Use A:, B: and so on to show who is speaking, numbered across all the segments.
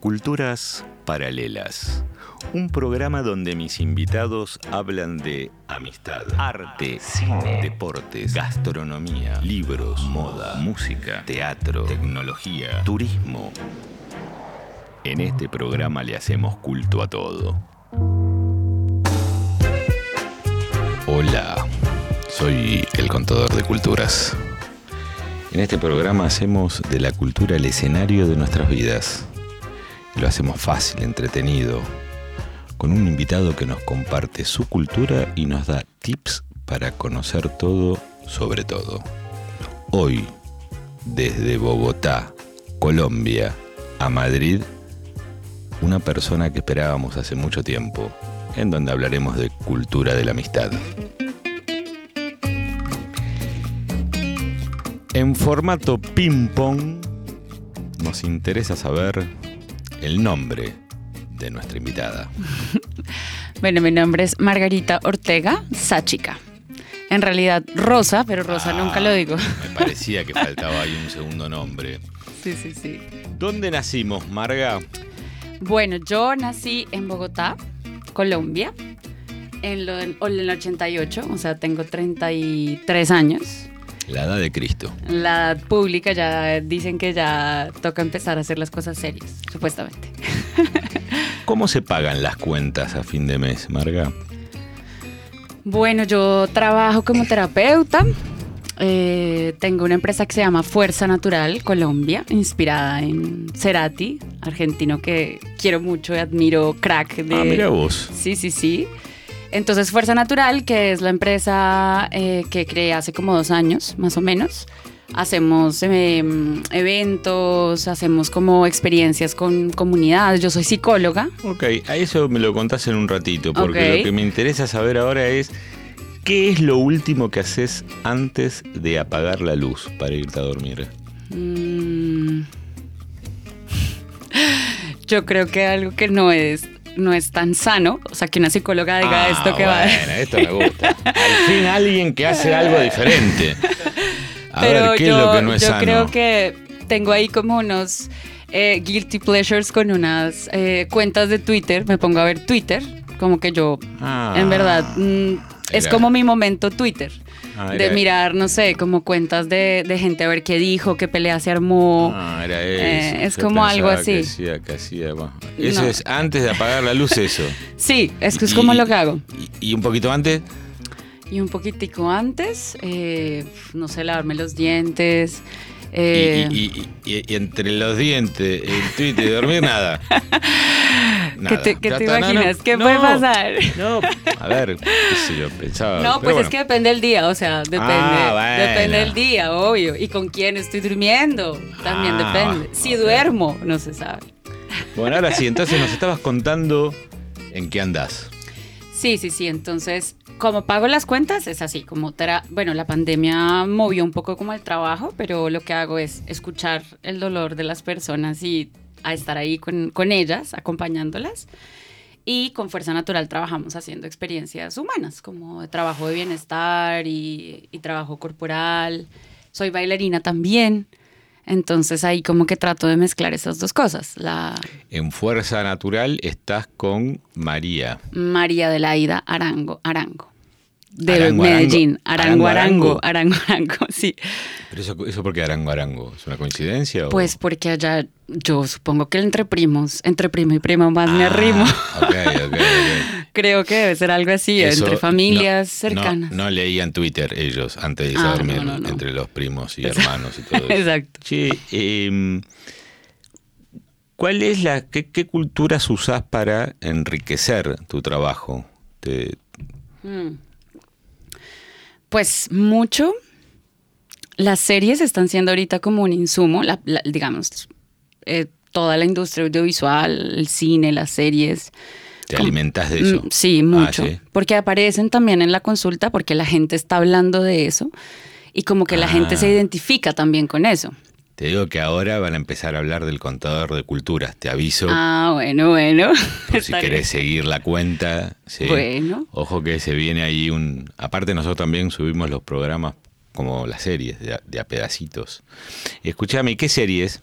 A: Culturas Paralelas. Un programa donde mis invitados hablan de amistad, arte, cine, deportes, gastronomía, libros, moda, música, teatro, tecnología, turismo. En este programa le hacemos culto a todo. Hola, soy el contador de culturas. En este programa hacemos de la cultura el escenario de nuestras vidas. Y lo hacemos fácil, entretenido, con un invitado que nos comparte su cultura y nos da tips para conocer todo sobre todo. Hoy, desde Bogotá, Colombia, a Madrid, una persona que esperábamos hace mucho tiempo, en donde hablaremos de cultura de la amistad. En formato ping-pong, nos interesa saber el nombre de nuestra invitada.
B: Bueno, mi nombre es Margarita Ortega Sáchica. En realidad Rosa, pero Rosa
A: Ah,
B: nunca lo digo.
A: Me parecía que faltaba ahí un segundo nombre.
B: Sí, sí, sí.
A: ¿Dónde nacimos, Marga?
B: Bueno, yo nací en Bogotá, Colombia, en, lo, en el 88, o sea, tengo 33 años.
A: La edad de Cristo.
B: La edad pública ya dicen que ya toca empezar a hacer las cosas serias, supuestamente.
A: ¿Cómo se pagan las cuentas a fin de mes, Marga? Ah,
B: Bueno, yo trabajo como terapeuta. Eh, tengo una empresa que se llama Fuerza Natural Colombia, inspirada en Cerati, argentino que quiero mucho y admiro, crack de...
A: Ah, mira vos.
B: Sí, sí, sí. Entonces, Fuerza Natural, que es la empresa eh, que creé hace como dos años, más o menos, hacemos eh, eventos, hacemos como experiencias con comunidades. Yo soy psicóloga.
A: Ok, a eso me lo contás en un ratito, porque
B: Ok.
A: lo que me interesa saber ahora es qué es lo último que haces antes de apagar la luz para irte a dormir.
B: Mm. Yo creo que algo que no es, no es tan sano, o sea, que una psicóloga diga
A: Ah,
B: esto que va.
A: Bueno, esto me gusta. Al fin alguien que hace algo diferente. A ver, ¿qué es lo que no es
B: yo
A: sano?
B: creo que tengo ahí como unos eh, guilty pleasures con unas eh, cuentas de Twitter. Me pongo a ver Twitter, como que yo,
A: Ah,
B: en verdad, mm, es
A: era-
B: como mi momento Twitter.
A: ah,
B: De
A: era-
B: mirar, no sé, como cuentas de, de gente a ver qué dijo, qué pelea se armó.
A: Ah, era
B: Eh,
A: eso.
B: es
A: Yo
B: como algo
A: pensaba que
B: así.
A: hacía- que hacía, bueno. Eso
B: No.
A: es antes de apagar la luz, eso.
B: Sí, es que es
A: Y-
B: como lo que hago.
A: Y, y un poquito antes,
B: Y un poquitico antes, eh, no sé, lavarme los dientes.
A: y,
B: eh,
A: y- y- y- y entre los dientes, el Twitter y dormir, nada.
B: ¿Qué
A: Nada.
B: te, qué
A: Ya
B: te
A: está, no, no,
B: imaginas? ¿Qué
A: no,
B: puede pasar?
A: No, a ver, qué sé yo, pensaba.
B: No,
A: pero
B: pues
A: bueno.
B: es que depende del día, o sea, depende,
A: Ah, bueno.
B: depende del día, obvio. Y con quién estoy durmiendo, también
A: Ah,
B: depende. Si
A: ok.
B: duermo, no se sabe.
A: Bueno, ahora sí, entonces nos estabas contando en qué andás.
B: Sí, sí, sí. Entonces, como pago las cuentas, es así. Como tera- bueno, la pandemia movió un poco como el trabajo, pero lo que hago es escuchar el dolor de las personas y a estar ahí con, con ellas, acompañándolas. Y con Fuerza Natural trabajamos haciendo experiencias humanas, como de trabajo de bienestar y, y trabajo corporal. Soy bailarina también. Entonces ahí como que trato de mezclar esas dos cosas, la
A: En Fuerza Natural estás con María.
B: María Adelaida Arango, Arango. De
A: Arango,
B: Medellín.
A: Arango.
B: Arango
A: Arango,
B: Arango, Arango, Arango, sí.
A: ¿Pero eso, eso por qué Arango Arango? ¿Es una coincidencia? o-
B: Pues porque allá yo supongo que entre primos, entre primo y prima más me
A: Ah,
B: arrimo.
A: Ok, ok, ok.
B: Creo que debe ser algo así,
A: Eso
B: entre familias
A: no- no-
B: cercanas.
A: No, leían Twitter ellos antes de irse
B: Ah,
A: a dormir,
B: no, no, no.
A: entre los primos y hermanos y todo eso.
B: Exacto.
A: Che, em, ¿cuál es la, qué, qué culturas usás para enriquecer tu trabajo? Te-
B: Mm. Pues mucho. Las series están siendo ahorita como un insumo, la- la- digamos, eh, toda la industria audiovisual, el cine, las series.
A: ¿Te
B: Como-
A: alimentás de eso?
B: Mm, Sí,
A: Ah,
B: mucho.
A: sí.
B: Porque aparecen también en la consulta porque la gente está hablando de eso y como que la gente
A: Ah.
B: se identifica también con eso.
A: Te digo que ahora van a empezar a hablar del contador de culturas, te aviso.
B: Ah, bueno, bueno.
A: por si
B: Está bien.
A: querés seguir la cuenta. sí.
B: Bueno.
A: Ojo que se viene ahí un... Aparte nosotros también subimos los programas como las series, de a, de a pedacitos. Escuchame, ¿qué series?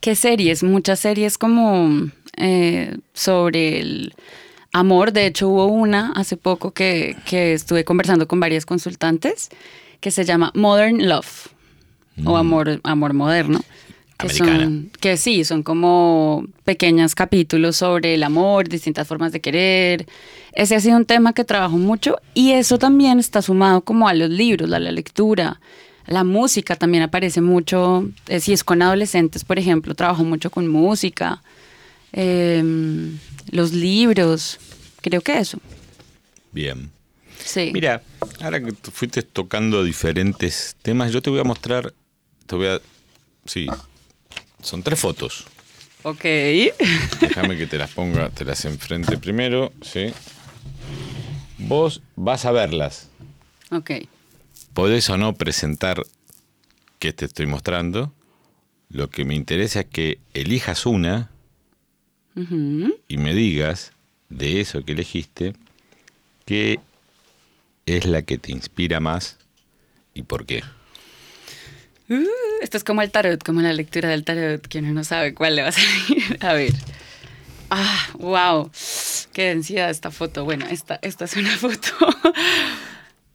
B: ¿Qué series? Muchas series como eh, sobre el amor. De hecho, hubo una hace poco que, que estuve conversando con varias consultantes que se llama Modern Love o Amor, amor Moderno. Que,
A: Mm. Americana.
B: son, que sí, son como pequeños capítulos sobre el amor, distintas formas de querer. Ese ha sido un tema que trabajo mucho y eso también está sumado como a los libros, a la lectura, la música también aparece mucho. Eh, si es con adolescentes, por ejemplo, trabajo mucho con música, em, los libros, creo que eso.
A: Bien.
B: Sí.
A: Mira, ahora que tú fuiste tocando diferentes temas, yo te voy a mostrar, te voy a... Sí, son tres fotos.
B: Ok.
A: Déjame que te las ponga, te las enfrente primero, ¿sí? Vos vas a verlas.
B: ok.
A: Podés o no presentar que te estoy mostrando. Lo que me interesa es que elijas una
B: Ujú.
A: y me digas de eso que elegiste qué es la que te inspira más y por qué.
B: Uh, esto es como el tarot, como la lectura del tarot, que uno no sabe cuál le va a salir. A ver. Ah, wow. Qué densidad esta foto. Bueno, esta, esta es una foto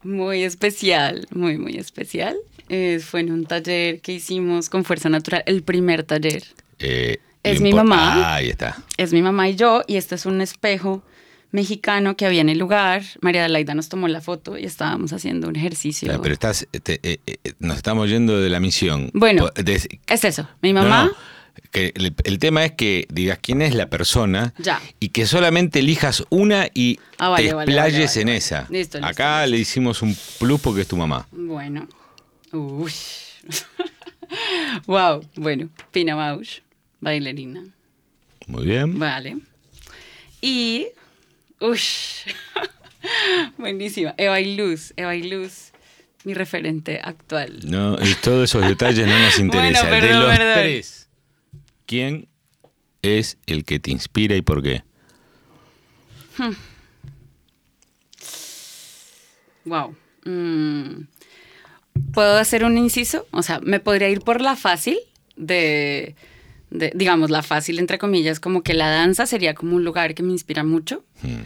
B: muy especial, muy, muy especial. Eh, fue en un taller que hicimos con Fuerza Natural, el primer taller.
A: Eh,
B: Es
A: lo
B: mi
A: impor-
B: mamá.
A: Ah, ahí está.
B: Es mi mamá y yo, y este es un espejo mexicano que había en el lugar. María Laida nos tomó la foto y estábamos haciendo un ejercicio.
A: Claro, pero estás, este, eh, eh, nos estamos yendo de la misión.
B: Bueno,
A: Po- des-
B: Es eso, mi
A: no,
B: mamá.
A: no, que el, el tema es que digas quién es la persona
B: Ya.
A: y que solamente elijas una y
B: Ah, vale,
A: te
B: vale,
A: explayes
B: vale, vale,
A: en
B: vale.
A: esa.
B: Listo, listo,
A: Acá
B: listo.
A: le hicimos un plus porque es tu mamá.
B: Bueno. Uy. wow. Bueno, Pina Bausch, bailarina.
A: Muy bien.
B: Vale. Y. Uy. Buenísima. Eva y Luz. Eva y Luz, mi referente actual.
A: No, y todos esos detalles no nos interesan.
B: Bueno,
A: de
B: perdón,
A: los
B: perdón.
A: tres, ¿quién es el que te inspira y por qué?
B: Wow. Mm, ¿Puedo hacer un inciso? O sea, me podría ir por la fácil de, de- digamos, la fácil entre comillas, como que la danza sería como un lugar que me inspira mucho,
A: Mm.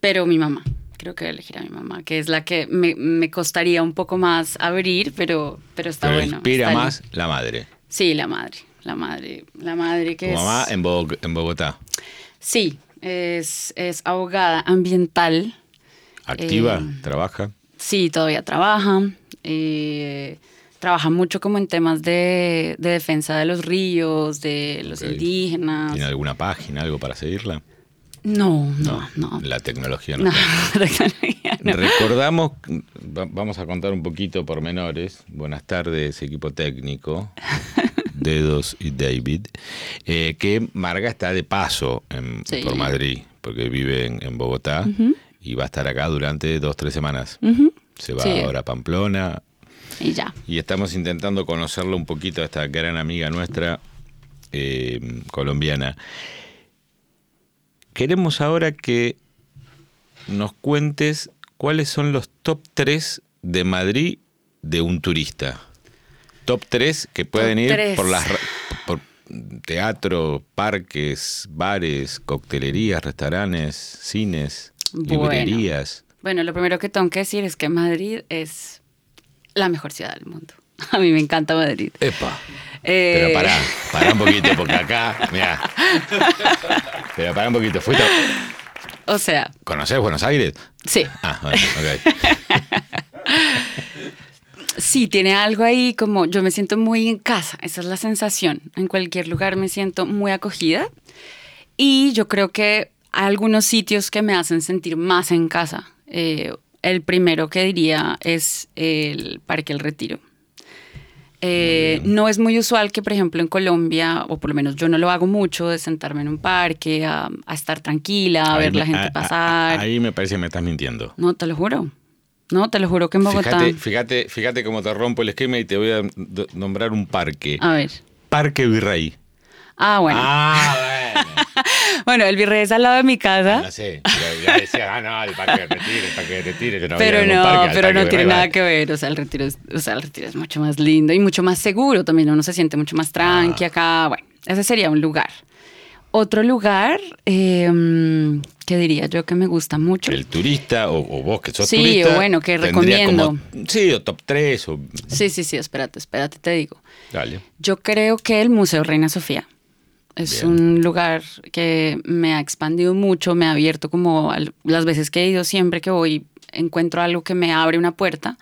B: pero mi mamá, creo que voy a elegir a mi mamá, que es la que me, me costaría un poco más abrir, pero, pero está
A: Pero
B: bueno.
A: inspira
B: está lindo.
A: más la madre.
B: Sí, la madre, la madre, la madre
A: Tu
B: que es...
A: mamá Em en, Bog- en Bogotá.
B: Sí, es, es abogada ambiental.
A: ¿Activa?
B: Eh,
A: ¿Trabaja?
B: Sí, todavía trabaja. eh, trabaja mucho como en temas de, de defensa de los ríos, de los
A: Ok.
B: indígenas.
A: ¿Tiene alguna página, algo para seguirla?
B: No, no, no.
A: La tecnología no.
B: No,
A: está.
B: tecnología no.
A: Recordamos, va- vamos a contar un poquito por menores. Buenas tardes, equipo técnico, Dedos y David, eh, que Marga está de paso en-
B: Sí.
A: por Madrid, porque vive en, en Bogotá y va a estar acá durante dos, tres semanas.
B: Ujú,
A: Se va
B: Sí.
A: ahora a Pamplona
B: Y ya.
A: y estamos intentando conocerlo un poquito a esta gran amiga nuestra eh, colombiana. Queremos ahora que nos cuentes cuáles son los top 3 de Madrid de un turista. Top 3 que pueden ir
B: tres.
A: por las ra- por teatro, parques, bares, coctelerías, restaurantes, cines,
B: Bueno.
A: librerías.
B: Bueno, lo primero que tengo que decir es que Madrid es la mejor ciudad del mundo. A mí me encanta Madrid.
A: Epa.
B: Eh,
A: Pero pará, pará un poquito, porque acá, mirá. Pero pará un poquito. ¿Fuiste a-
B: O sea,
A: ¿Conocés Buenos Aires?
B: sí.
A: Ah, bueno, ok.
B: Sí, tiene algo ahí como yo me siento muy en casa, esa es la sensación. En cualquier lugar me siento muy acogida y yo creo que hay algunos sitios que me hacen sentir más en casa. Eh, el primero que diría es el Parque El Retiro. Eh, no es muy usual que, por ejemplo, en Colombia, o por lo menos yo no lo hago mucho, de sentarme en un parque, a, a estar tranquila, a
A: Ahí
B: ver
A: me-
B: la gente
A: a- a-
B: pasar.
A: Ah, Ahí me parece que me estás mintiendo.
B: No, te lo juro. No, te lo juro que en Bogotá.
A: Fíjate, fíjate, fíjate cómo te rompo el esquema y te voy a do- nombrar un parque.
B: A ver.
A: Parque Virrey.
B: Ah, bueno.
A: Ah, bueno.
B: Bueno, el virrey es al lado de mi casa,
A: No sé. Ya, ya decía, ah, no, el parque de retiro, el parque de retiro. yo voy a
B: pero
A: ningún
B: no,
A: parque, al
B: pero
A: Parque
B: no
A: Virrey,
B: tiene
A: va.
B: nada que ver. O sea, el
A: Ah.
B: retiro es, o sea, el retiro es mucho más lindo y mucho más seguro. También uno se siente mucho más tranqui acá. Bueno, Ese sería un lugar. Otro lugar, eh, que diría yo que me gusta mucho.
A: El turista, o, o vos que sos
B: Sí,
A: turista.
B: o bueno, que
A: tendría como-
B: recomiendo.
A: sí, o top 3, o.
B: Sí, sí, sí, espérate, espérate, te digo.
A: Dale.
B: Yo creo que el Museo Reina Sofía es
A: Bien.
B: un lugar que me ha expandido mucho, me ha abierto como al- las veces que he ido, siempre que voy encuentro algo que me abre una puerta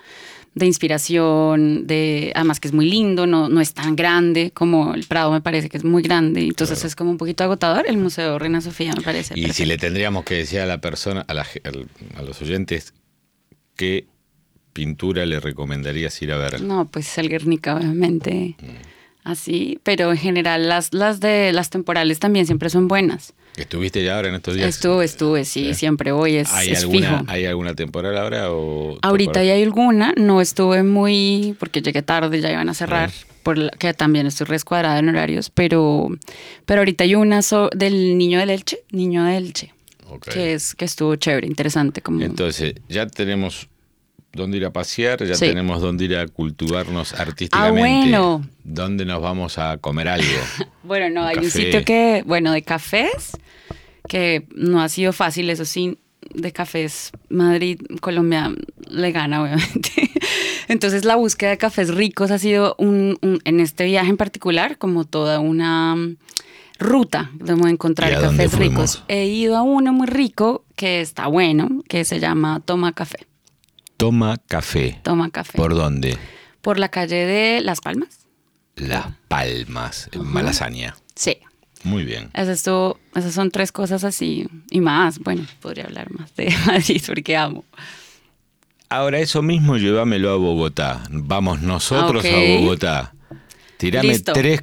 B: de inspiración, de además que es muy lindo, no, no es tan grande como el Prado me parece que es muy grande, y entonces es como un poquito agotador el Museo Reina Sofía me parece.
A: Y si le tendríamos que decir a la persona, a, la ge- al- a los oyentes, ¿qué pintura le recomendarías ir a ver?
B: No, pues el Guernica, obviamente.
A: Mm.
B: Así, pero en general las, las de las temporales también siempre son buenas.
A: ¿Estuviste ya ahora en estos días?
B: Estuve, estuve, sí,
A: Sí.
B: siempre voy, es,
A: ¿Hay,
B: es
A: alguna,
B: fijo.
A: ¿Hay alguna temporada ahora? O
B: Ahorita
A: temporada?
B: ya hay alguna, no estuve muy, porque llegué tarde, ya iban a cerrar, por la- que también estoy rescuadrada en horarios, pero, pero ahorita hay una so- del Niño del Elche, Niño del Elche,
A: Ok.
B: que, es, que estuvo chévere, interesante. Como,
A: Entonces, ya tenemos dónde ir a pasear, ya
B: Sí.
A: tenemos dónde ir a cultivarnos artísticamente.
B: Ah, bueno.
A: ¿Dónde nos vamos a comer algo?
B: Bueno, no,
A: Un
B: hay un
A: café.
B: sitio que, bueno, de cafés, que no ha sido fácil, eso sí, de cafés, Madrid, Colombia le gana, obviamente. Entonces la búsqueda de cafés ricos ha sido un, un- en este viaje en particular, como toda una mm, ruta de cómo encontrar
A: ¿Y a dónde
B: cafés ricos.
A: fuimos?
B: He ido a uno muy rico que está bueno, que se llama Toma Café.
A: Toma café.
B: Toma Café.
A: ¿Por dónde?
B: Por la calle de Las Palmas.
A: Las Palmas, en Malasaña.
B: Sí.
A: Muy bien.
B: Eso estuvo- esas son tres cosas así y más. Bueno, podría hablar más de Madrid porque amo.
A: Ahora, eso mismo llévamelo a Bogotá. Vamos nosotros
B: Ok.
A: a Bogotá. Tirame
B: Listo.
A: tres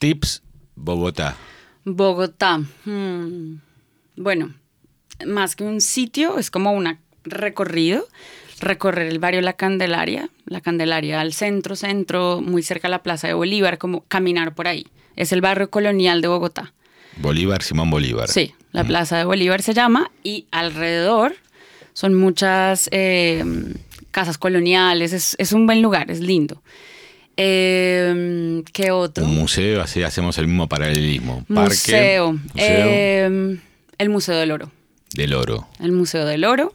A: tips Bogotá.
B: Bogotá. hmm, Bueno, más que un sitio, es como un recorrido. Recorrer el barrio La Candelaria, La Candelaria al centro, centro, muy cerca a la Plaza de Bolívar, como caminar por ahí. Es el barrio colonial de Bogotá.
A: Bolívar, Simón Bolívar.
B: Sí, la Plaza de Bolívar se llama y alrededor son muchas eh, casas coloniales, es, es un buen lugar, es lindo. Eh, ¿Qué otro?
A: Un museo, así hacemos el mismo paralelismo.
B: museo.
A: Parque, museo
B: Eh, el Museo del Oro.
A: del oro.
B: El Museo del Oro.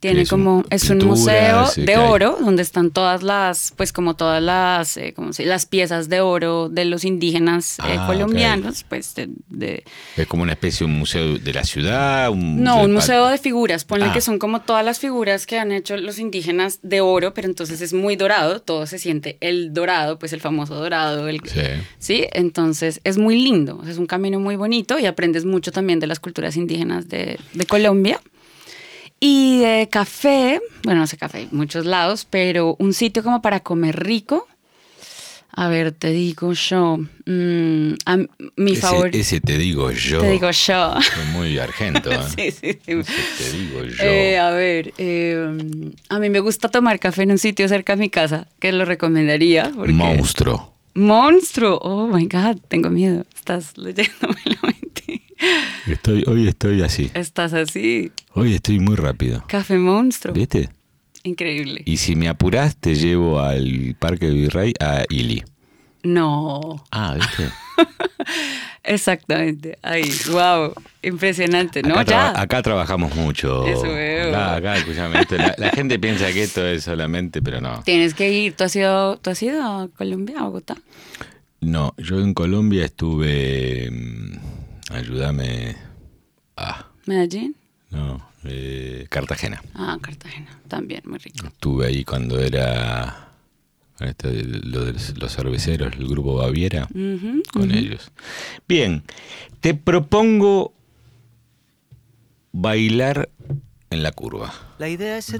B: Tiene
A: es un-
B: como, es un
A: pinturas,
B: museo
A: sí,
B: de
A: que hay.
B: oro, donde están todas las, pues como todas las, eh, ¿cómo se dice? las piezas de oro de los indígenas eh,
A: Ah, ok.
B: colombianos, pues de- de,
A: Es como una especie de un museo de la ciudad. Un
B: No,
A: del
B: un
A: pa-
B: museo de figuras. Ponle
A: Ah.
B: que son como todas las figuras que han hecho los indígenas de oro, pero entonces es muy dorado. Todo se siente el dorado, pues el famoso dorado. El, sí.
A: Sí.
B: entonces es muy lindo. Es un camino muy bonito y aprendes mucho también de las culturas indígenas de, de Colombia. Y de café, bueno, no sé, café hay muchos lados, pero un sitio como para comer rico. A ver, te digo yo. mm, a m- mi
A: Ese,
B: favorito.
A: ese te digo yo.
B: Te digo yo.
A: Fue Muy argento. ¿eh?
B: sí, sí, sí.
A: Ese te digo yo.
B: Eh, a ver, eh, a mí me gusta tomar café en un sitio cerca de mi casa, que lo recomendaría. Porque...
A: Monstruo.
B: Monstruo. Oh my God, tengo miedo. Estás leyéndome la mente.
A: Estoy, hoy estoy así.
B: Estás así.
A: Hoy estoy muy rápido.
B: Café monstruo.
A: ¿Viste?
B: Increíble.
A: Y si me apuras, te llevo al Parque Virrey a Ili.
B: No.
A: Ah, ¿viste?
B: Exactamente. Ahí. Wow. Impresionante. No,
A: acá, traba-
B: ya.
A: acá trabajamos mucho.
B: Eso veo.
A: Acá, acá, escúchame, esto- la, la gente piensa que esto es solamente, pero no.
B: Tienes que ir. ¿Tú has ido, ¿tú has ido a Colombia, a Bogotá?
A: No, yo en Colombia estuve. mm, Ayúdame. Ah,
B: Medellín.
A: no. eh, Cartagena.
B: Ah, Cartagena. También, muy rico.
A: Estuve ahí cuando era. con esto de lo de los, los cerveceros, el grupo Baviera,
B: Ujú.
A: con ellos. Bien, te propongo bailar en la curva.
C: La idea es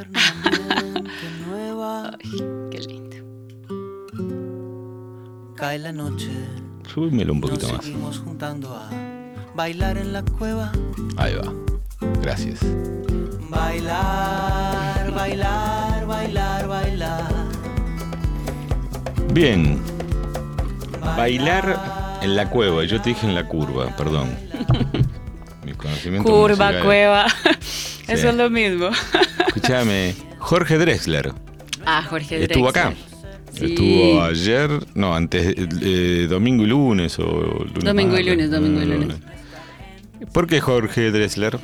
C: eternamente nueva.
B: Ay, qué lindo.
C: Cae la noche.
A: Súbimelo un
C: Nos
A: poquito más.
C: seguimos juntando a bailar en la cueva.
A: Ahí va. Gracias.
C: Bailar, bailar, bailar, bailar.
A: Bien. Bailar en la cueva. Yo te dije en la curva, perdón. Mi conocimiento
B: Curva,
A: musical. eh.
B: cueva. Eso es lo mismo.
A: Escúchame. Jorge Drexler
B: Ah, Jorge
A: estuvo
B: Drexler.
A: acá.
B: Sí.
A: Estuvo ayer, no, antes, eh, domingo y lunes o lunes
B: Domingo y
A: martes.
B: lunes, domingo y lunes.
A: ¿Por qué Jorge Dressler?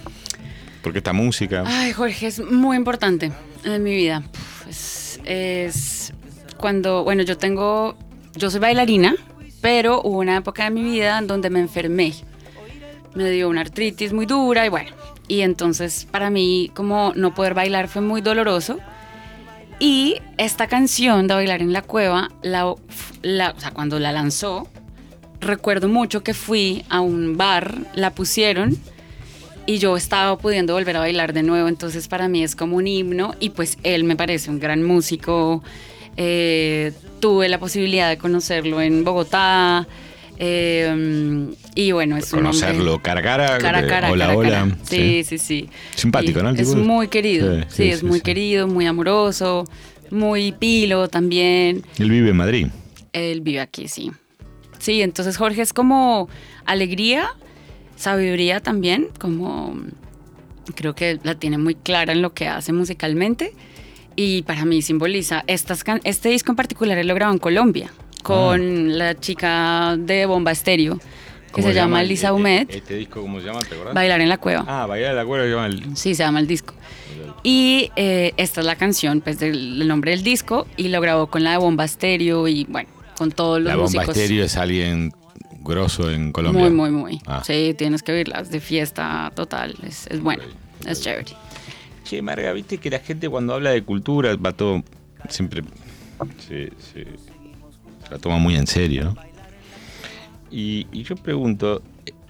A: ¿Por qué esta música?
B: Ay, Jorge, es muy importante en mi vida. Puf, Es, es cuando, bueno, yo tengo, yo soy bailarina, pero hubo una época de mi vida en donde me enfermé. Me dio una artritis muy dura y bueno, y entonces para mí como no poder bailar fue muy doloroso. Y esta canción de Bailar en la Cueva, la, la- o sea, cuando la lanzó, recuerdo mucho que fui a un bar, la pusieron y yo estaba pudiendo volver a bailar de nuevo, entonces para mí es como un himno y pues él me parece un gran músico, eh, tuve la posibilidad de conocerlo en Bogotá eh, y bueno, es un hombre-
A: Conocerlo cara a cara.
B: cara a
A: eh,
B: cara.
A: hola,
B: cara a
A: hola.
B: cara. Sí, sí, sí.
A: Simpático,
B: Y
A: ¿no? El
B: Es
A: tipo.
B: muy querido.
A: Sí,
B: Sí,
A: sí,
B: es
A: sí,
B: muy
A: sí.
B: querido, muy amoroso, muy pilo también.
A: Él vive en Madrid.
B: Él vive aquí, sí. Sí, entonces Jorge es como alegría, sabiduría también, como creo que la tiene muy clara en lo que hace musicalmente y para mí simboliza, estas can- este disco en particular él lo grabó en Colombia con la chica de Bomba Estéreo que
A: Ah. ¿Cómo
B: se llama Lisa
A: el-
B: Humet,
A: Este, disco, ¿cómo se llama? ¿Te acordás?
B: Bailar en la Cueva.
A: Ah, Bailar de Acuerdo, llama el...
B: Sí, se llama el disco. Y eh, esta es la canción, pues del el nombre del disco, y lo grabó con la de Bomba Estéreo y bueno, con todos los
A: La bomba
B: músicos.
A: estéreo es alguien grosso en Colombia.
B: muy, muy, muy.
A: Ah.
B: Sí, tienes que oírlas de fiesta total. Es, es bueno, es chévere.
A: Che, Marga, viste que la gente cuando habla de cultura va todo. Siempre se, se- se la toma muy en serio. Y, y yo pregunto: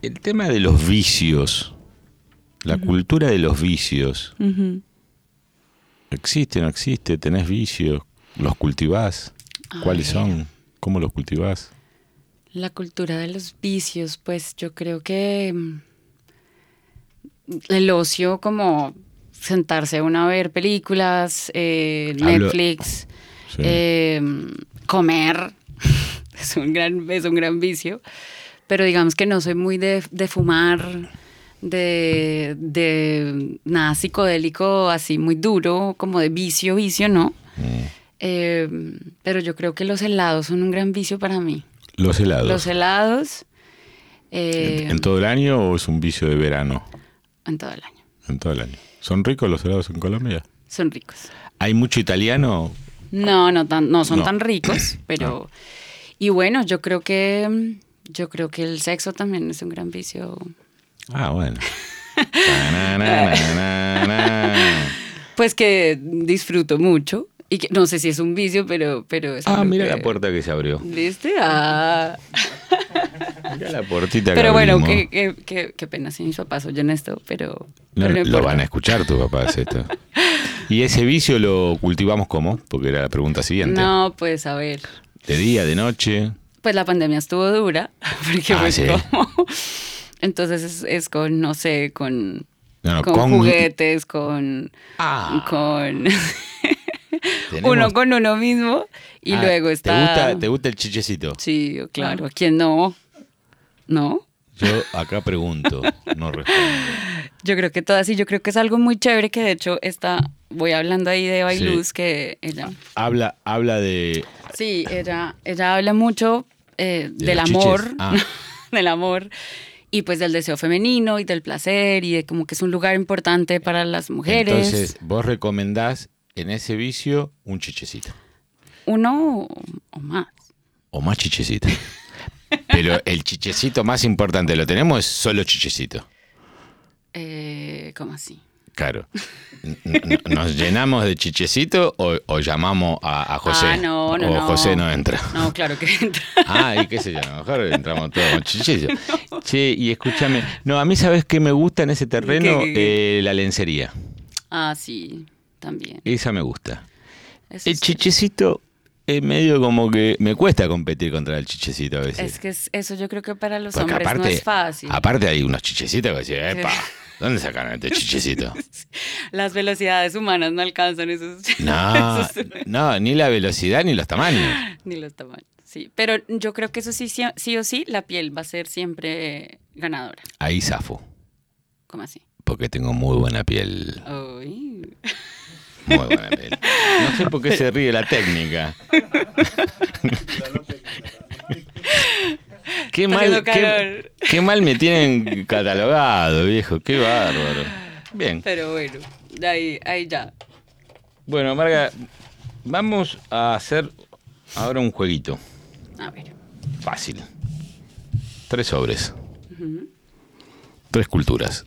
A: el tema de los vicios, la cultura de los vicios, ¿existe o no existe? ¿Tenés vicios? ¿Los cultivás? ¿Cuáles
B: Ay.
A: son? ¿Cómo los cultivás?
B: La cultura de los vicios, pues yo creo que mm, el ocio como sentarse uno a ver películas, eh,
A: Hablo-
B: Netflix,
A: Sí.
B: eh, comer, es un, gran, es un gran vicio, pero digamos que no soy muy de, de fumar, de, de nada psicodélico así muy duro, como de vicio, vicio, ¿no?
A: Mm.
B: Eh, pero yo creo que los helados son un gran vicio para mí.
A: Los helados.
B: Los helados. eh,
A: ¿En, en todo el año o es un vicio de verano?
B: en todo el año.
A: En todo el año. ¿Son ricos los helados en Colombia?
B: Son ricos.
A: ¿Hay mucho italiano?
B: No, no, tan- no son
A: No.
B: tan ricos, pero... Y bueno, yo creo que... Yo creo que el sexo también es un gran vicio.
A: Ah, bueno. Na, na, na, na, na.
B: Pues que disfruto mucho. Y que no sé si es un vicio, pero... pero es
A: Ah,
B: algo
A: mira
B: que-
A: la puerta que se abrió.
B: ¿Viste? Ah.
A: Mira la puertita que
B: Pero bueno, qué,
A: abrimos.
B: qué- qué- qué pena si mis papás oyen esto, pero...
A: No,
B: pero no
A: lo
B: importa.
A: van a escuchar tus papás esto. ¿Y ese vicio lo cultivamos cómo? Porque era la pregunta siguiente.
B: No, pues a ver.
A: ¿De día, de noche?
B: Pues la pandemia estuvo dura, porque
A: Ah,
B: pues
A: sí.
B: como- Entonces es, es con, no sé, con,
A: No, no,
B: con
A: con-
B: juguetes, con...
A: Ah.
B: con
A: Tenemos-
B: uno con uno mismo y
A: Ah,
B: luego está...
A: ¿Te gusta, te Ah. gusta el chichecito?
B: Sí, claro, ¿a quién no? ¿No?
A: Yo acá pregunto, no respondo.
B: Yo creo que todas, y yo creo que es algo muy chévere que de hecho está... Voy hablando ahí de Bailuz, que ella...
A: Habla, habla de.
B: Sí, ella, ella habla mucho eh,
A: De
B: del
A: los chiches.
B: amor,
A: Ah.
B: del amor y pues del deseo femenino y del placer y de como que es un lugar importante para las mujeres.
A: Entonces, vos recomendás en ese vicio un chichecito.
B: Uno o, o más.
A: O más chichecito. Pero el chichecito más importante lo tenemos es solo chichecito.
B: Eh, ¿Cómo así?
A: Claro. N- n- ¿Nos llenamos de chichecito o, o llamamos a, a José?
B: Ah, no, no,
A: o
B: no.
A: José no entra.
B: No, claro que entra.
A: Ah, y qué sé yo, a lo mejor entramos todos con chichecito. Che, y escúchame. No, a mí, ¿sabes qué me gusta en ese terreno?
B: ¿Qué, qué, qué?
A: Eh, la lencería.
B: Ah, sí, también.
A: Esa me gusta.
B: Eso
A: El
B: es-
A: chichecito es medio como que me cuesta competir contra el chichecito a veces.
B: Es que es- eso yo creo que para los
A: Porque
B: hombres no es fácil.
A: Aparte hay unos chichecitos que decís, epa, ¿dónde sacaron este chichecito?
B: Las velocidades humanas no alcanzan esos,
A: No,
B: esos-
A: no, ni la velocidad ni los tamaños.
B: Ni los tamaños. Sí, pero yo creo que eso sí, sí, sí o sí, la piel va a ser siempre ganadora.
A: Ahí zafo,
B: ¿Cómo así?
A: porque tengo muy buena piel.
B: Uy.
A: Muy buena peli. No sé por qué se ríe la técnica. Qué
B: Está
A: mal,
B: haciendo
A: qué,
B: calor.
A: qué mal me tienen catalogado, viejo. Qué bárbaro. Bien.
B: Pero bueno, de ahí, ahí ya.
A: Bueno, Marga, vamos a hacer ahora un jueguito.
B: A ver.
A: Fácil. Tres sobres. Tres culturas.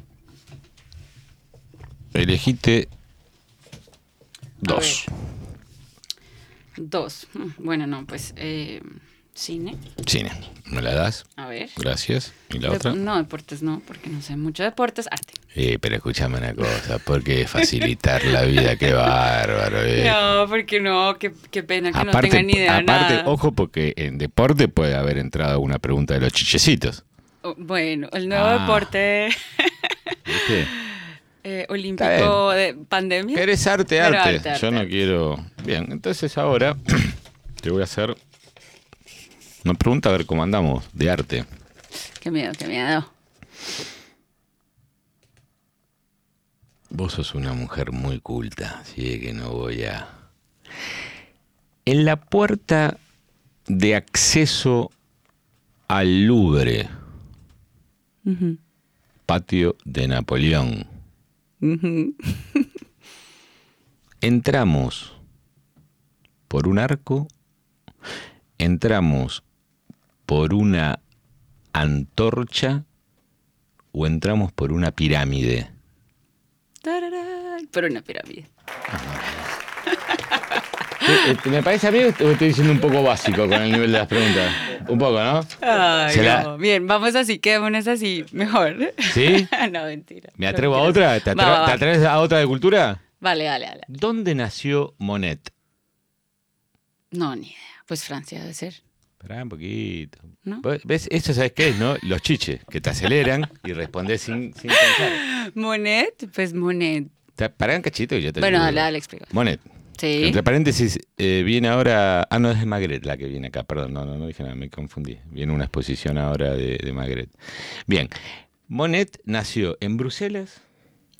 A: Elegiste dos.
B: Dos. Mm, Bueno, no, pues eh, cine.
A: Cine. ¿Me la das?
B: A ver.
A: Gracias. ¿Y la
B: Dep-
A: otra?
B: No, deportes no, porque no sé mucho de deportes, arte.
A: Eh, pero escúchame una cosa, porque facilitar la vida, qué bárbaro. eh.
B: No, porque no, qué, qué pena que no
A: aparte,
B: tengan ni idea de
A: aparte,
B: nada.
A: ojo, porque en deporte puede haber entrado una pregunta de los chichecitos.
B: Oh, Bueno, el nuevo
A: Ah.
B: deporte
A: ¿Viste?
B: eh, olímpico de pandemia.
A: ¿Querés arte,
B: Pero
A: arte?
B: arte,
A: Yo
B: arte.
A: no quiero. Bien, entonces ahora te voy a hacer una pregunta a ver cómo andamos de arte.
B: Qué miedo, qué miedo.
A: Vos sos una mujer muy culta, así que no voy a. En la puerta de acceso al Louvre,
B: Ujú,
A: patio de Napoleón,
B: ujú.
A: entramos por un arco, entramos por una antorcha o entramos por una pirámide.
B: Tararán, Pero una pirámide.
A: Me parece a mí o estoy diciendo un poco básico con el nivel de las preguntas. Un poco, ¿no?
B: Ay,
A: Se la-
B: no. Bien, vamos así, quedémonos así, mejor.
A: ¿Sí?
B: no, mentira.
A: ¿Me
B: No,
A: atrevo a
B: mentira.
A: otra? ¿Te,
B: Va,
A: atre-
B: va, va.
A: te atreves a otra de cultura?
B: Vale, vale, vale.
A: ¿Dónde nació Monet?
B: No, ni idea. Pues Francia debe ser.
A: Esperá un poquito.
B: ¿No?
A: Vos- ¿Ves? Eso sabes qué es, ¿no? Los chiches, que te aceleran y respondes sin, sin pensar.
B: Monet, pues Monet.
A: Te- Pará un cachito y yo te
B: Bueno,
A: ayudo.
B: dale, dale, explico.
A: Monet.
B: Sí.
A: Entre paréntesis, eh, viene ahora. Ah, no, es de Magret la que viene acá, perdón, no, no, no dije nada, me confundí. Viene una exposición ahora de, de Magret. Bien, Monet nació en Bruselas,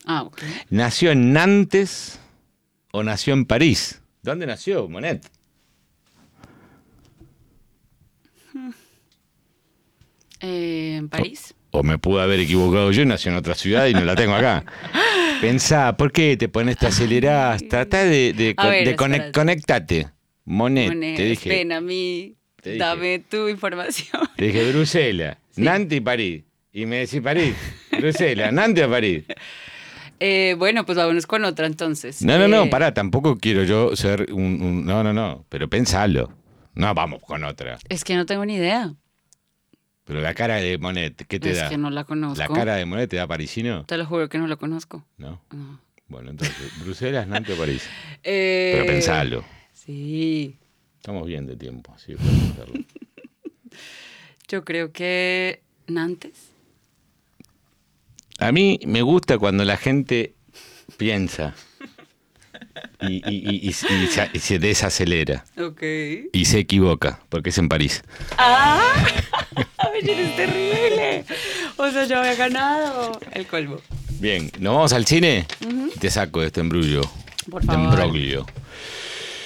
B: Ah, ok.
A: nació en Nantes o nació en París. ¿Dónde nació Monet?
B: Eh, ¿En París?
A: O me pude haber equivocado yo, y nació en otra ciudad y no la tengo acá. Pensá, ¿por qué te pones, te acelerás? Tratá de, de,
B: A
A: con-
B: ver,
A: de conec-
B: espérate.
A: conectate. Monet,
B: Monet,
A: eh, te dije.
B: ven a mí,
A: Te dije.
B: dame tu información.
A: Te dije Bruselas, Nantes y París. Y me decís París, Bruselas, Nantes o París.
B: Eh, bueno, pues vámonos con otra entonces.
A: No, no,
B: Eh,
A: no, pará, tampoco quiero yo ser un, un- No, no, no, pero pensalo. No, vamos con otra.
B: Es que no tengo ni idea.
A: Pero la cara de Monet, ¿qué te
B: Es
A: da?
B: que no la conozco.
A: ¿La cara de Monet te da parisino?
B: Te lo juro que no la conozco.
A: No.
B: No.
A: Bueno, entonces, Bruselas, Nantes o París.
B: Eh,
A: Pero pensalo.
B: Sí.
A: Estamos bien de tiempo, sí, podemos hacerlo.
B: Yo creo que Nantes.
A: A mí me gusta cuando la gente piensa y, y- y- y- y se- y se desacelera
B: Ok.
A: y se equivoca, porque es en París.
B: ¡Ah! Oye, eres terrible. O sea, yo había ganado el colmo.
A: Bien, ¿nos vamos al cine? Te saco de este embrullo.
B: Por
A: de
B: favor.
A: embroglio.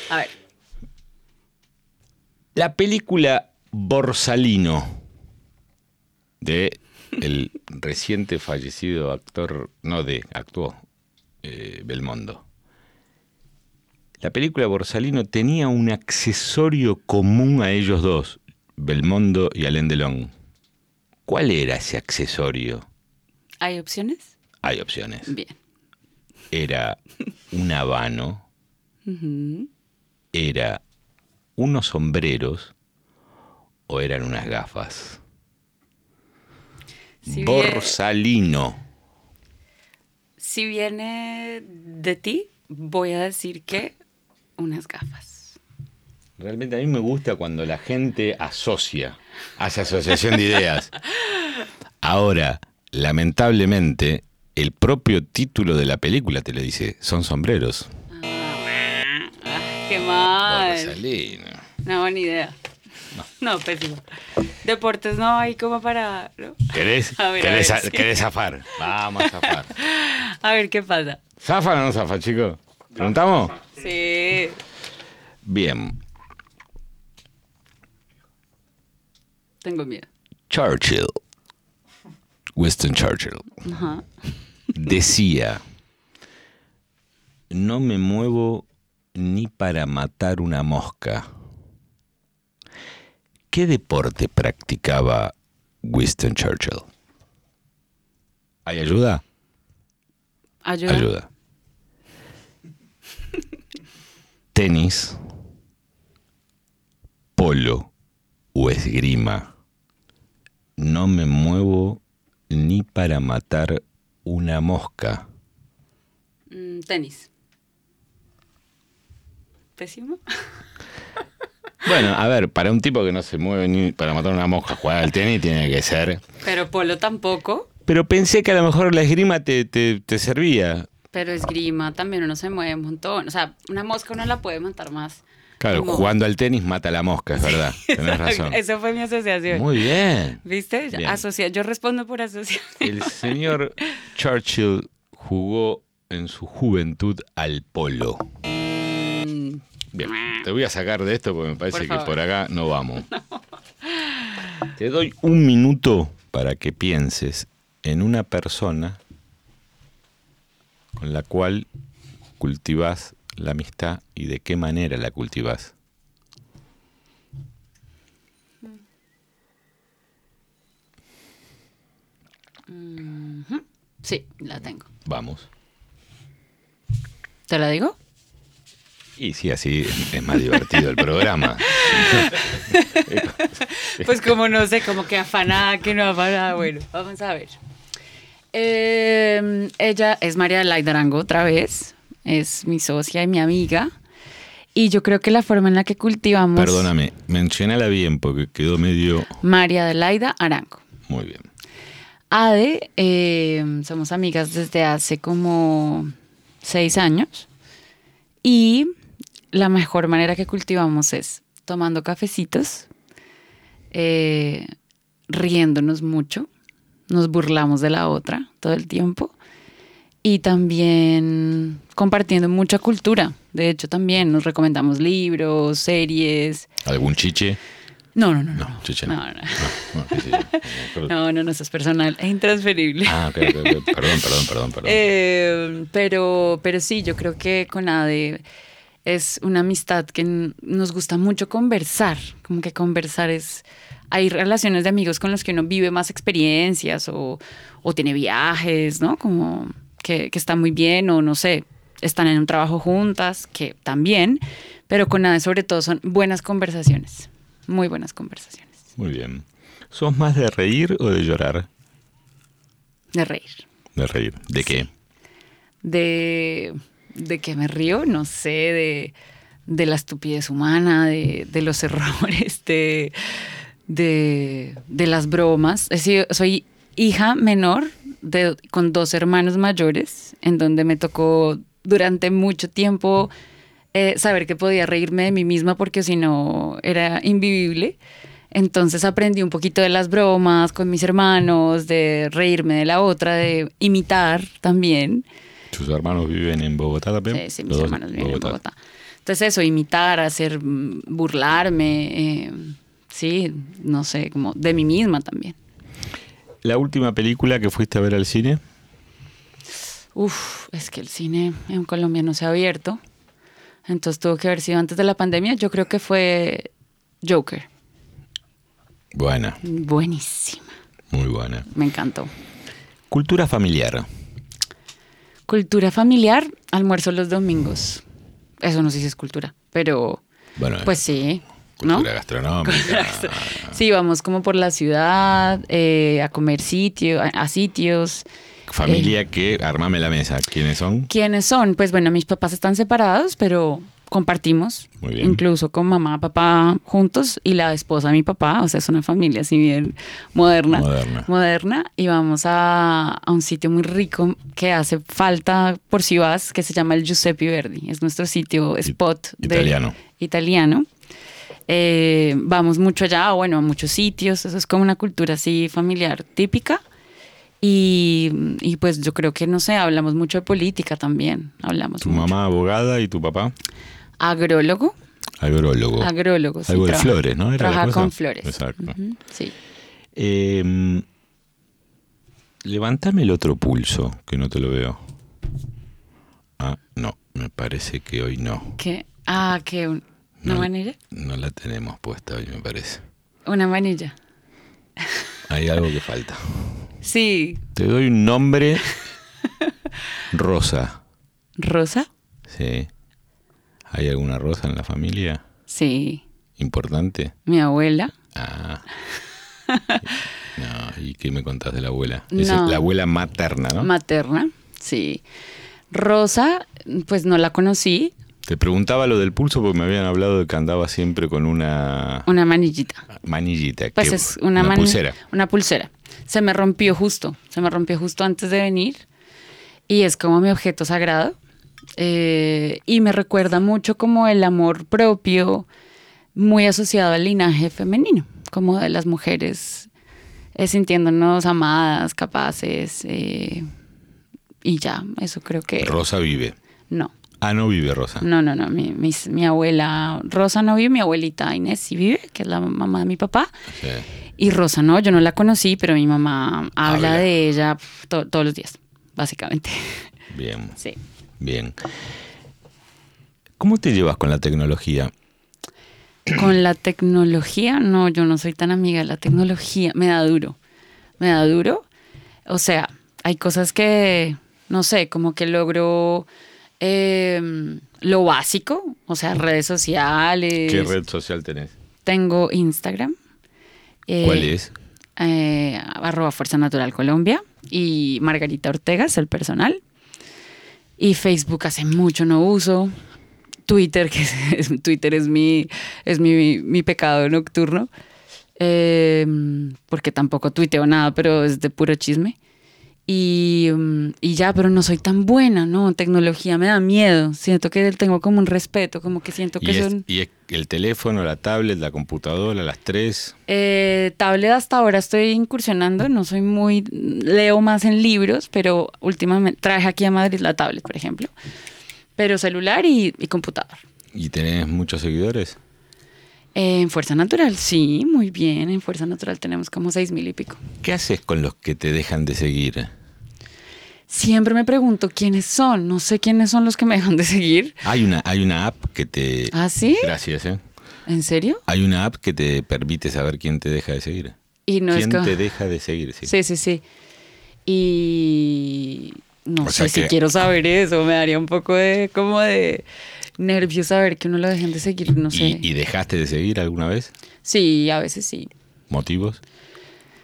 B: A ver.
A: La película Borsalino de el reciente fallecido actor, no de, actuó eh, Belmondo. La película Borsalino tenía un accesorio común a ellos dos, Belmondo y Alain Delon. ¿Cuál era ese accesorio?
B: ¿Hay opciones?
A: Hay opciones.
B: Bien.
A: Era un habano.
B: Ujú.
A: era unos sombreros o eran unas gafas.
B: Si, vie-
A: Borsalino.
B: si viene de ti, voy a decir que unas gafas.
A: Realmente a mí me gusta cuando la gente asocia, hace asociación de ideas. Ahora, lamentablemente, el propio título de la película te lo dice, son sombreros.
B: Ah, ¡Qué mal!
A: Borsalino.
B: No, ni idea. No, pésimo. Deportes no hay como para... ¿no?
A: ¿Querés,
B: Ah, A ver, a
A: querés,
B: ver,
A: a-
B: sí.
A: querés zafar? Vamos a zafar.
B: A ver qué pasa.
A: ¿Zafa o no zafa, chico? ¿Preguntamos?
B: Sí.
A: Bien.
B: Tengo miedo.
A: Churchill. Winston Churchill.
B: Ajá.
A: decía, no me muevo ni para matar una mosca. ¿Qué deporte practicaba Winston Churchill? ¿Hay ayuda?
B: Ayuda.
A: Ayuda. Tenis, polo o esgrima. No me muevo ni para matar una mosca.
B: Mm, tenis. Pésimo.
A: Bueno, a ver, para un tipo que no se mueve ni para matar una mosca, jugar al tenis tiene que ser.
B: Pero polo tampoco.
A: Pero pensé que a lo mejor la esgrima te, te, te servía.
B: Pero esgrima también uno se mueve un montón. O sea, una mosca uno la puede matar más.
A: Claro,
B: Como-
A: jugando al tenis mata la mosca, es verdad. Tenés razón.
B: Esa fue mi asociación.
A: Muy bien.
B: ¿Viste?
A: Bien.
B: Asocia- Yo respondo por asociación.
A: El señor Churchill jugó en su juventud al polo. Bien, te voy a sacar de esto porque me parece
B: Mm. Por
A: que
B: favor.
A: por acá no vamos. Te doy un minuto para que pienses en una persona con la cual cultivas la amistad y de qué manera la cultivas.
B: Sí, la tengo.
A: Vamos.
B: ¿Te la digo?
A: Y sí, así es más divertido el programa.
B: Pues como no sé, como que afanada, que no afanada. Bueno, vamos a ver. Eh, ella es María Laida Arango otra vez. Es mi socia y mi amiga. Y yo creo que la forma en la que cultivamos...
A: Perdóname, mencionala bien porque quedó medio
B: María Adelaida Arango.
A: muy bien.
B: Ade, eh, somos amigas desde hace como seis años y la mejor manera que cultivamos es tomando cafecitos, eh, riéndonos mucho, nos burlamos de la otra todo el tiempo y también compartiendo mucha cultura. De hecho, también nos recomendamos libros, series.
A: ¿Algún chiche?
B: No, no, no. No,
A: No, chiche no.
B: No, no.
A: No, no, qué sé yo.
B: no, no, no, eso es personal, es intransferible.
A: Ah, ok, ok, ok. perdón, perdón, perdón, perdón.
B: Eh, pero, pero sí, yo creo que con Ade es una amistad que n- nos gusta mucho conversar. Como que conversar es. Hay relaciones de amigos con los que uno vive más experiencias o, o tiene viajes, ¿no? Como que, que está muy bien o no sé, están en un trabajo juntas, que también. Pero con Ade, sobre todo, son buenas conversaciones. Muy buenas conversaciones.
A: Muy bien. ¿Sos más de reír o de llorar?
B: De reír.
A: De reír. ¿De qué?
B: de, de que me río, no sé, de, de la estupidez humana, de, de los errores, de, de, de las bromas. He sido- soy hija menor de, con dos hermanos mayores, en donde me tocó durante mucho tiempo eh, saber que podía reírme de mí misma porque si no era invivible. Entonces aprendí un poquito de las bromas con mis hermanos, de reírme de la otra, de imitar también.
A: ¿Tus hermanos viven en Bogotá también?
B: Sí, sí,
A: Los
B: mis
A: dos,
B: hermanos viven en Bogotá. Entonces eso, imitar, hacer, mm, burlarme, eh, sí, no sé, como de mí misma también.
A: ¿La última película que fuiste a ver al cine?
B: Uf, es que el cine en Colombia no se ha abierto, entonces tuvo que haber sido antes de la pandemia, yo creo que fue Joker,
A: Buena,
B: buenísima,
A: muy buena.
B: me encantó.
A: Cultura familiar.
B: Cultura familiar, almuerzo los domingos, eso no sé si es cultura, pero
A: Bueno,
B: pues sí, ¿no?
A: cultura gastronómica.
B: Sí, vamos como por la ciudad, eh, a comer sitio, a, a sitios.
A: Familia
B: Eh.
A: que armame la mesa. ¿Quiénes son?
B: ¿Quiénes son? Pues bueno, mis papás están separados, pero compartimos,
A: Muy bien.
B: incluso con mamá, papá juntos y la esposa de mi papá, o sea, es una familia así bien moderna.
A: Moderna.
B: Moderna, y vamos a, a un sitio muy rico que hace falta por si vas, que se llama el Giuseppe Verdi. Es nuestro sitio spot de-
A: italiano.
B: Italiano. Eh, vamos mucho allá, o bueno, a muchos sitios, eso es como una cultura así familiar típica. Y, y pues yo creo que, no sé, hablamos mucho de política también. Hablamos
A: Tu
B: mucho.
A: mamá abogada y tu papá
B: Agrólogo.
A: agrólogo.
B: Agrólogo, sí.
A: Oh, Algo de
B: trabaja-
A: flores, ¿no? Era la
B: trabaja
A: cosa.
B: con flores.
A: Exacto.
B: Ujú, Sí.
A: Eh, levantame el otro pulso, que no te lo veo. Ah, no, me parece que hoy no.
B: ¿Qué? Ah, ¿qué? Un- ¿Una
A: No.
B: manilla?
A: No la tenemos puesta hoy, me parece.
B: Una manilla.
A: Hay algo que falta.
B: Sí.
A: Te doy un nombre. Rosa.
B: ¿Rosa?
A: Sí. ¿Hay alguna rosa en la familia?
B: Sí.
A: ¿Importante?
B: Mi abuela.
A: Ah. No, ¿y qué me contás de la abuela? Esa
B: No.
A: Es la abuela materna, ¿no?
B: Materna. Sí. Rosa, pues no la conocí.
A: Te preguntaba lo del pulso porque me habían hablado de que andaba siempre con una
B: Una manillita.
A: manillita.
B: Pues
A: que-
B: es una, mani-
A: pulsera.
B: Una pulsera. Se me rompió justo, se me rompió justo antes de venir y es como mi objeto sagrado eh, y me recuerda mucho como el amor propio muy asociado al linaje femenino, como de las mujeres eh, sintiéndonos amadas, capaces eh, y ya, eso creo que...
A: Rosa vive.
B: No,
A: Ah, no vive Rosa.
B: Eh. no, no, no, mi, mis- mi abuela Rosa no vive, mi abuelita Inés sí vive, que es la mamá de mi papá.
A: Sí.
B: Y Rosa no, yo no la conocí, pero mi mamá habla
A: Habla.
B: de ella pf, to- todos los días, básicamente.
A: Bien,
B: Sí.
A: bien. ¿Cómo te llevas con la tecnología?
B: Con la tecnología, no, yo no soy tan amiga de la tecnología, me da duro, me da duro. O sea, hay cosas que, no sé, como que logro em, lo básico, o sea, redes sociales.
A: ¿Qué red social tenés?
B: Tengo Instagram. eh,
A: ¿Cuál es?
B: eh, arroba Fuerza Natural Colombia y Margarita Ortega es el personal. Y Facebook hace mucho no uso. Twitter, que es, Twitter es mi, es mi, mi pecado nocturno. Eh, porque tampoco tuiteo nada, pero es de puro chisme. Y, mm, y ya, pero no soy tan buena, ¿no? Tecnología me da miedo. Siento que tengo como un respeto, como que siento que
A: Y es,
B: son...
A: y es el teléfono, la tablet, la computadora, las tres.
B: Eh, tablet hasta ahora estoy incursionando, no soy muy, leo más en libros, pero últimamente traje aquí a Madrid la tablet, por ejemplo, pero celular y, y computador.
A: ¿Y tenés muchos seguidores?
B: Eh, en Fuerza Natural, sí, muy bien, en Fuerza Natural tenemos como seis mil y pico.
A: ¿Qué haces con los que te dejan de seguir?
B: Siempre me pregunto quiénes son, no sé quiénes son los que me dejan de seguir.
A: Hay una, hay una app que te...
B: ¿Ah, sí?
A: Gracias, ¿eh?
B: ¿En serio?
A: Hay una app que te permite saber quién te deja de seguir.
B: Y no
A: ¿Quién
B: es como...
A: te deja de seguir? Sí.
B: Sí, sí, sí. Y no
A: O sea
B: sé si
A: que-
B: quiero saber eso, me daría un poco de como de nervios saber que uno lo dejen de seguir, no
A: ¿Y,
B: sé.
A: y dejaste de seguir alguna vez?
B: Sí, a veces sí.
A: ¿Motivos?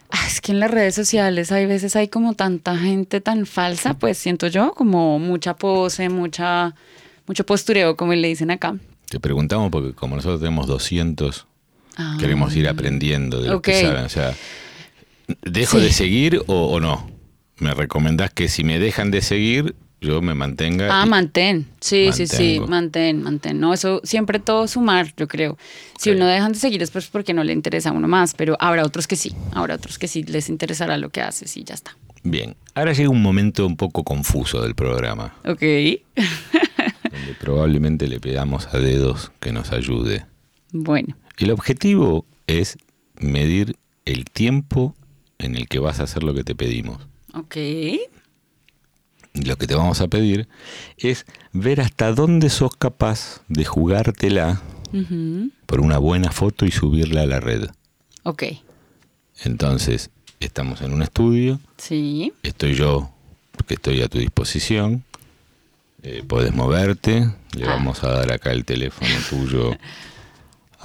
B: Ah, Es que en las redes sociales hay veces hay como tanta gente tan falsa, pues siento yo, como mucha pose, mucha mucho postureo, como le dicen acá.
A: Te preguntamos porque como nosotros tenemos 200,
B: Ah,
A: queremos ir aprendiendo de lo
B: Ok.
A: que saben. O sea, ¿dejo
B: Sí.
A: de seguir o, o no? ¿Me recomendás que si me dejan de seguir, yo me mantenga?
B: Ah,
A: y-
B: mantén. Sí, sí, sí,
A: Mantengo.
B: mantén, mantén. No, eso siempre todo sumar, yo creo. Si
A: Ok.
B: uno dejan de seguir es pues porque no le interesa a uno más, pero habrá otros que sí, habrá otros que sí les interesará lo que haces y ya está.
A: Bien, ahora llega un momento un poco confuso del programa,
B: Ok.
A: donde probablemente le pidamos a dedos que nos ayude.
B: Bueno,
A: El objetivo es medir el tiempo en el que vas a hacer lo que te pedimos.
B: ok.
A: Y Lo que te vamos a pedir es ver hasta dónde sos capaz de jugártela
B: Ujú.
A: por una buena foto y subirla a la red.
B: Ok,
A: Entonces, estamos en un estudio,
B: sí.
A: estoy yo, porque estoy a tu disposición, eh, podés moverte, le
B: Ah.
A: vamos a dar acá el teléfono tuyo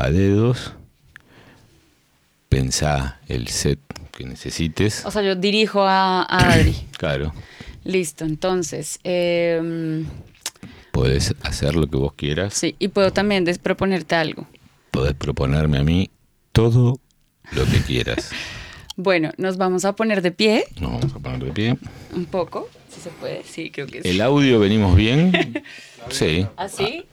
A: a dedos, pensá el set que necesites.
B: O sea, yo dirijo a, a Adri.
A: Claro,
B: Listo, entonces. em,
A: podés hacer lo que vos quieras,
B: sí, y puedo también des- proponerte algo.
A: podés proponerme a mí todo lo que quieras.
B: Bueno, nos vamos a poner de pie
A: Nos vamos a poner de pie.
B: un poco, si se puede. Sí, creo que sí.
A: ¿El audio venimos bien? Sí.
B: ¿Así?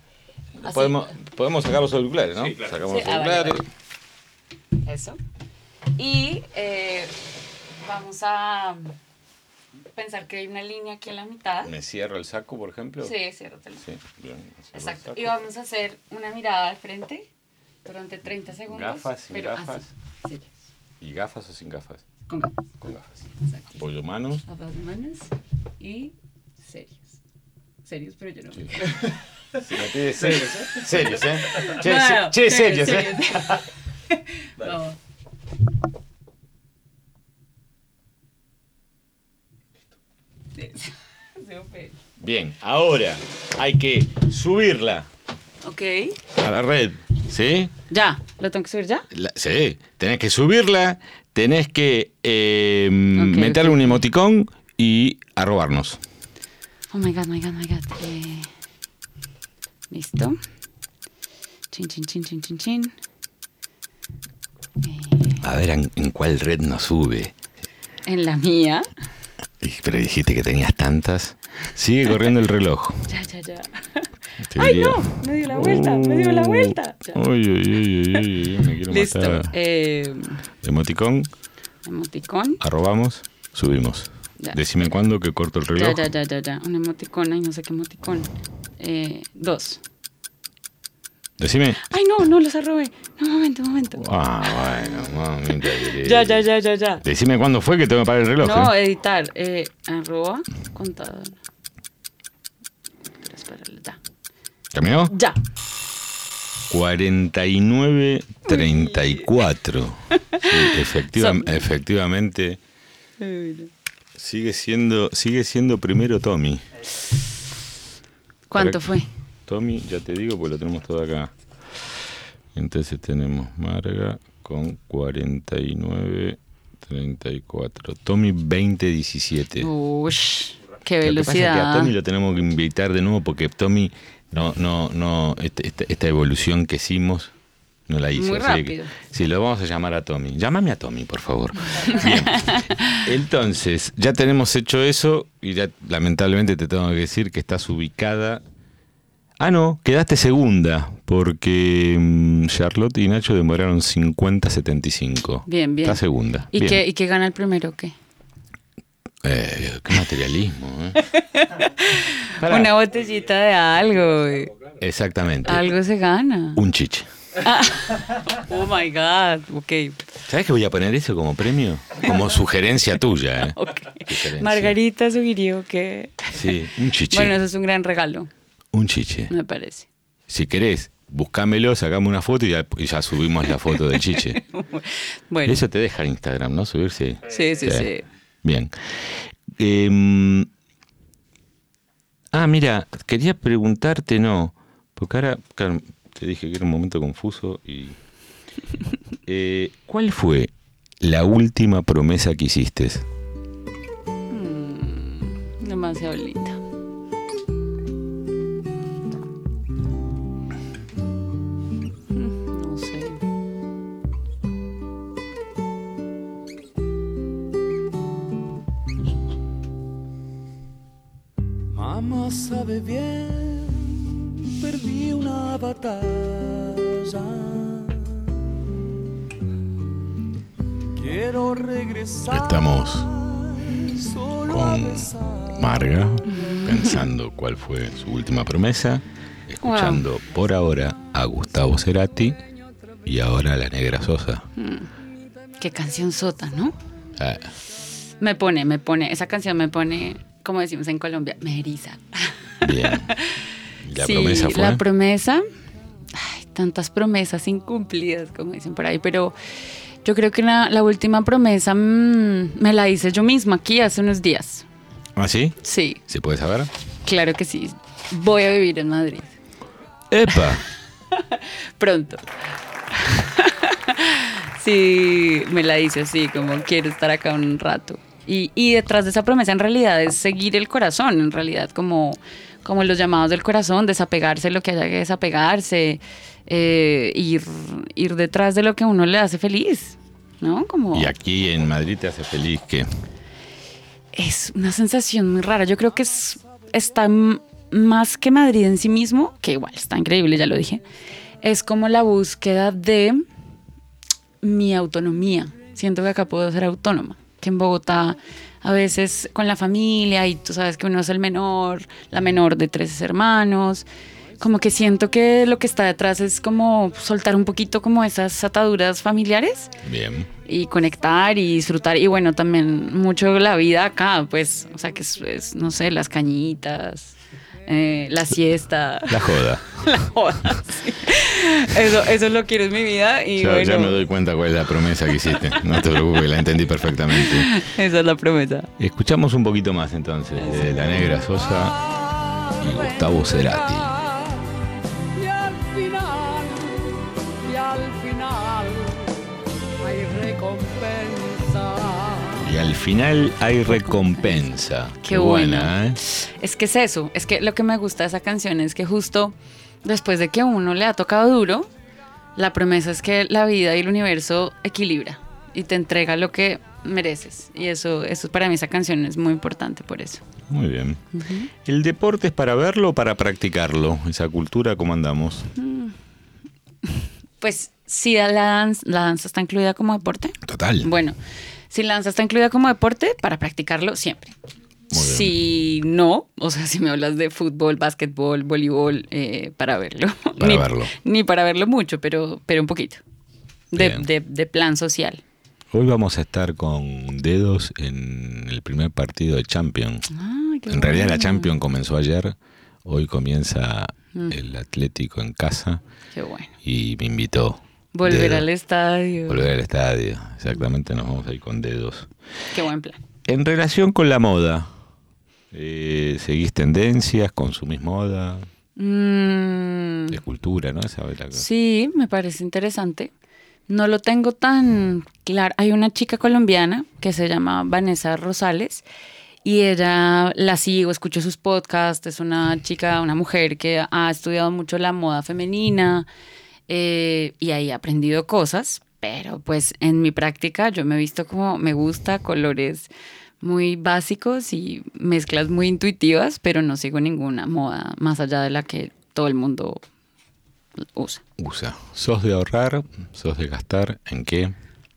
B: ¿Así?
A: Podemos, podemos sacar los auriculares, ¿no? Sacamos
B: Sí,
A: los
B: ah, vale,
A: auriculares.
B: Eso. Y eh, vamos a pensar que hay una línea aquí en la mitad.
A: ¿Me cierro el saco, por ejemplo?
B: Sí, ciérratelo.
A: Sí, bien. me cierro el
B: Exacto.
A: saco.
B: Y vamos a hacer una mirada al frente durante 30 segundos.
A: Gafas, sin
B: pero
A: gafas.
B: así. Sí,
A: ¿Y gafas o sin gafas?
B: con gafas.
A: Con gafas.
B: Exacto.
A: Apoyo manos.
B: Abro las manos y serios. Serios, pero yo no.
A: Sí. Sí, me pide serios, ¿eh? Serios, ¿eh? Che,
B: No,
A: se-
B: no,
A: che, serios, ¿eh?
B: Vamos. Sí, súper.
A: Bien, ahora hay que subirla
B: Ok.
A: a la red, ¿sí?
B: Ya, ¿lo tengo que subir ya?
A: La- sí, tenés que subirla, tenés que eh,
B: Ok,
A: meterle
B: ok.
A: un emoticón y arrobarnos.
B: Oh my god, my god, my god. Eh, Listo. Chin, chin, chin, chin, chin, chin. Eh,
A: A ver en, en cuál red nos sube.
B: en la mía.
A: Y- Pero dijiste que tenías tantas. Sigue corriendo el reloj.
B: Ya, ya, ya.
A: te
B: ¡Ay,
A: diría.
B: no! Me dio la vuelta, me dio la
A: Oh.
B: vuelta. Ya.
A: Uy, uy, uy, uy, uy, uy, me quiero
B: Listo.
A: matar.
B: Eh,
A: Emoticón,
B: emoticón.
A: arrobamos, subimos.
B: Ya.
A: Decime cuándo que corto el
B: Ya,
A: reloj.
B: ya, ya, ya, ya. Un emoticón, ay, no sé qué emoticón. Eh, dos.
A: Decime.
B: ¡Ay, no! No los arrobé. No, un momento, un momento.
A: Ah, bueno, mamita querida.
B: Ya, ya, ya, ya, ya.
A: Decime cuándo fue que tengo que parar el reloj.
B: No,
A: ¿eh?
B: editar. Eh, arroba contador. Pero espérale, ya.
A: ¿Caminó?
B: Ya.
A: 49-34. Sí, efectiva-
B: Son-
A: efectivamente, sigue siendo, sigue siendo primero Tommy.
B: ¿Cuánto
A: Correcto.
B: fue?
A: Tommy, ya te digo, pues lo tenemos todo acá. Entonces tenemos Marga con 49-34. Tommy 20-17.
B: Ush, qué
A: Lo que pasa es que a
B: velocidad.
A: Tommy lo tenemos que invitar de nuevo porque Tommy no, no, no, este- este- esta evolución que hicimos no la hizo.
B: Muy
A: así que-
B: rápido.
A: sí, lo vamos a llamar a Tommy. Llámame a Tommy, por favor. Bien. Entonces, ya tenemos hecho eso y ya lamentablemente te tengo que decir que estás ubicada. Ah, no, quedaste segunda porque mm, Charlotte y Nacho demoraron 50-75.
B: Bien, bien.
A: Estás segunda.
B: ¿Y
A: Bien.
B: qué, ¿Y qué gana el primero o qué?
A: Eh, qué materialismo, ¿eh? Pará.
B: Una botellita de algo. güey.
A: Exactamente.
B: Algo se gana.
A: Un chiche.
B: Oh my God. Ok.
A: ¿Sabes que voy a poner eso como premio? Como sugerencia tuya, ¿eh?
B: ok.
A: Sugerencia.
B: Margarita sugirió que.
A: Sí, un chiche.
B: Bueno, eso es un gran regalo,
A: Un chiche.
B: me parece.
A: Si querés, buscámelo, sacame una foto y ya, y ya subimos la foto del chiche.
B: Bueno,
A: Eso te deja Instagram, ¿no? Subirse.
B: sí, sí,
A: Sí.
B: sí.
A: Bien. Em, ah, mira, quería preguntarte, no, porque ahora claro, te dije que era un momento confuso y... Eh, ¿Cuál fue la última promesa que hiciste?
B: Demasiado linda. Mm, No sé.
C: Mamá sabe bien, perdí una batalla. Quiero regresar.
A: Estamos
C: solo a
A: con
C: besar.
A: Marga, pensando cuál fue su última promesa, escuchando por ahora a Gustavo Cerati y ahora a la Negra Sosa.
B: Mm. Qué canción sota, ¿no?
A: Ah,
B: Me pone, me pone. Esa canción me pone, como decimos en Colombia, me eriza.
A: bien. ¿Y la
B: Sí,
A: promesa fue?
B: La promesa. Ay, tantas promesas incumplidas, como dicen por ahí, pero yo creo que la, la última promesa mm, me la hice yo misma aquí hace unos días.
A: ¿Ah, sí?
B: Sí,
A: ¿Se puede saber?
B: claro que sí. Voy a vivir en Madrid.
A: ¡Epa!
B: Pronto. sí, me la hice así, como quiero estar acá un rato. Y, y detrás de esa promesa en realidad es seguir el corazón, en realidad como, como los llamados del corazón, desapegarse de lo que haya que desapegarse, eh, ir, ir detrás de lo que a uno le hace feliz, ¿no? Como
A: Y aquí en Madrid te hace feliz que.
B: es una sensación muy rara. Yo creo que es, está m- más que Madrid en sí mismo, que igual está increíble, ya lo dije. Es como la búsqueda de mi autonomía. Siento que acá puedo ser autónoma, que en Bogotá a veces con la familia y tú sabes que uno es el menor, la menor de tres hermanos. Como que siento que lo que está detrás es como soltar un poquito como esas ataduras familiares
A: Bien.
B: y conectar y disfrutar. Y bueno, también mucho la vida acá, pues, o sea, que es, es, no sé, las cañitas, eh, la siesta,
A: La joda.
B: la joda. sí. Eso, eso lo quiero en mi vida y
A: ya,
B: bueno,
A: ya me doy cuenta cuál es la promesa que hiciste. No te preocupes, la entendí perfectamente.
B: esa es la promesa.
A: Escuchamos un poquito más entonces de La Negra Sosa y Gustavo Cerati.
C: Y al final, y al final, hay recompensa.
A: Y al final hay recompensa. ¿eh?
B: Qué buena. Es que es eso, es que lo que me gusta de esa canción es que justo después de que uno le ha tocado duro, la promesa es que la vida y el universo equilibra y te entrega lo que mereces. Y eso, eso para mí esa canción es muy importante por eso.
A: ¿eh? Muy bien. ¿El deporte es para verlo o para practicarlo? Esa cultura, ¿cómo andamos?
B: Pues si la, danza, la danza está incluida como deporte.
A: Total.
B: Bueno, si la danza está incluida como deporte, para practicarlo siempre.
A: Muy bien.
B: Si no, o sea, si me hablas de fútbol, básquetbol, voleibol, eh, para verlo.
A: Para
B: ni,
A: verlo.
B: Ni para verlo mucho, pero, pero un poquito. De,
A: Bien.
B: de- de plan social.
A: Hoy vamos a estar con dedos en el primer partido de Champions. En realidad la Champions comenzó ayer. Hoy comienza
B: Mm.
A: el Atlético en casa
B: Qué bueno.
A: y me invitó.
B: Volver
A: Dedo.
B: al estadio.
A: Volver al estadio. Exactamente, nos vamos a ir con dedos.
B: Qué buen plan.
A: En relación con la moda, eh, ¿seguís tendencias? ¿Consumís moda?
B: Mm,
A: De cultura, ¿no? Esa es la cosa.
B: Sí, me parece interesante. No lo tengo tan claro. Hay una chica colombiana que se llama Vanessa Rosales y ella la sigo, escucho sus podcasts. Es una chica, una mujer que ha estudiado mucho la moda femenina eh, y ahí ha aprendido cosas. Pero pues en mi práctica yo me he visto como me gusta colores muy básicos y mezclas muy intuitivas, pero no sigo ninguna moda más allá de la que todo el mundo usa.
A: Usa. ¿Sos de ahorrar? ¿Sos de gastar? ¿En qué?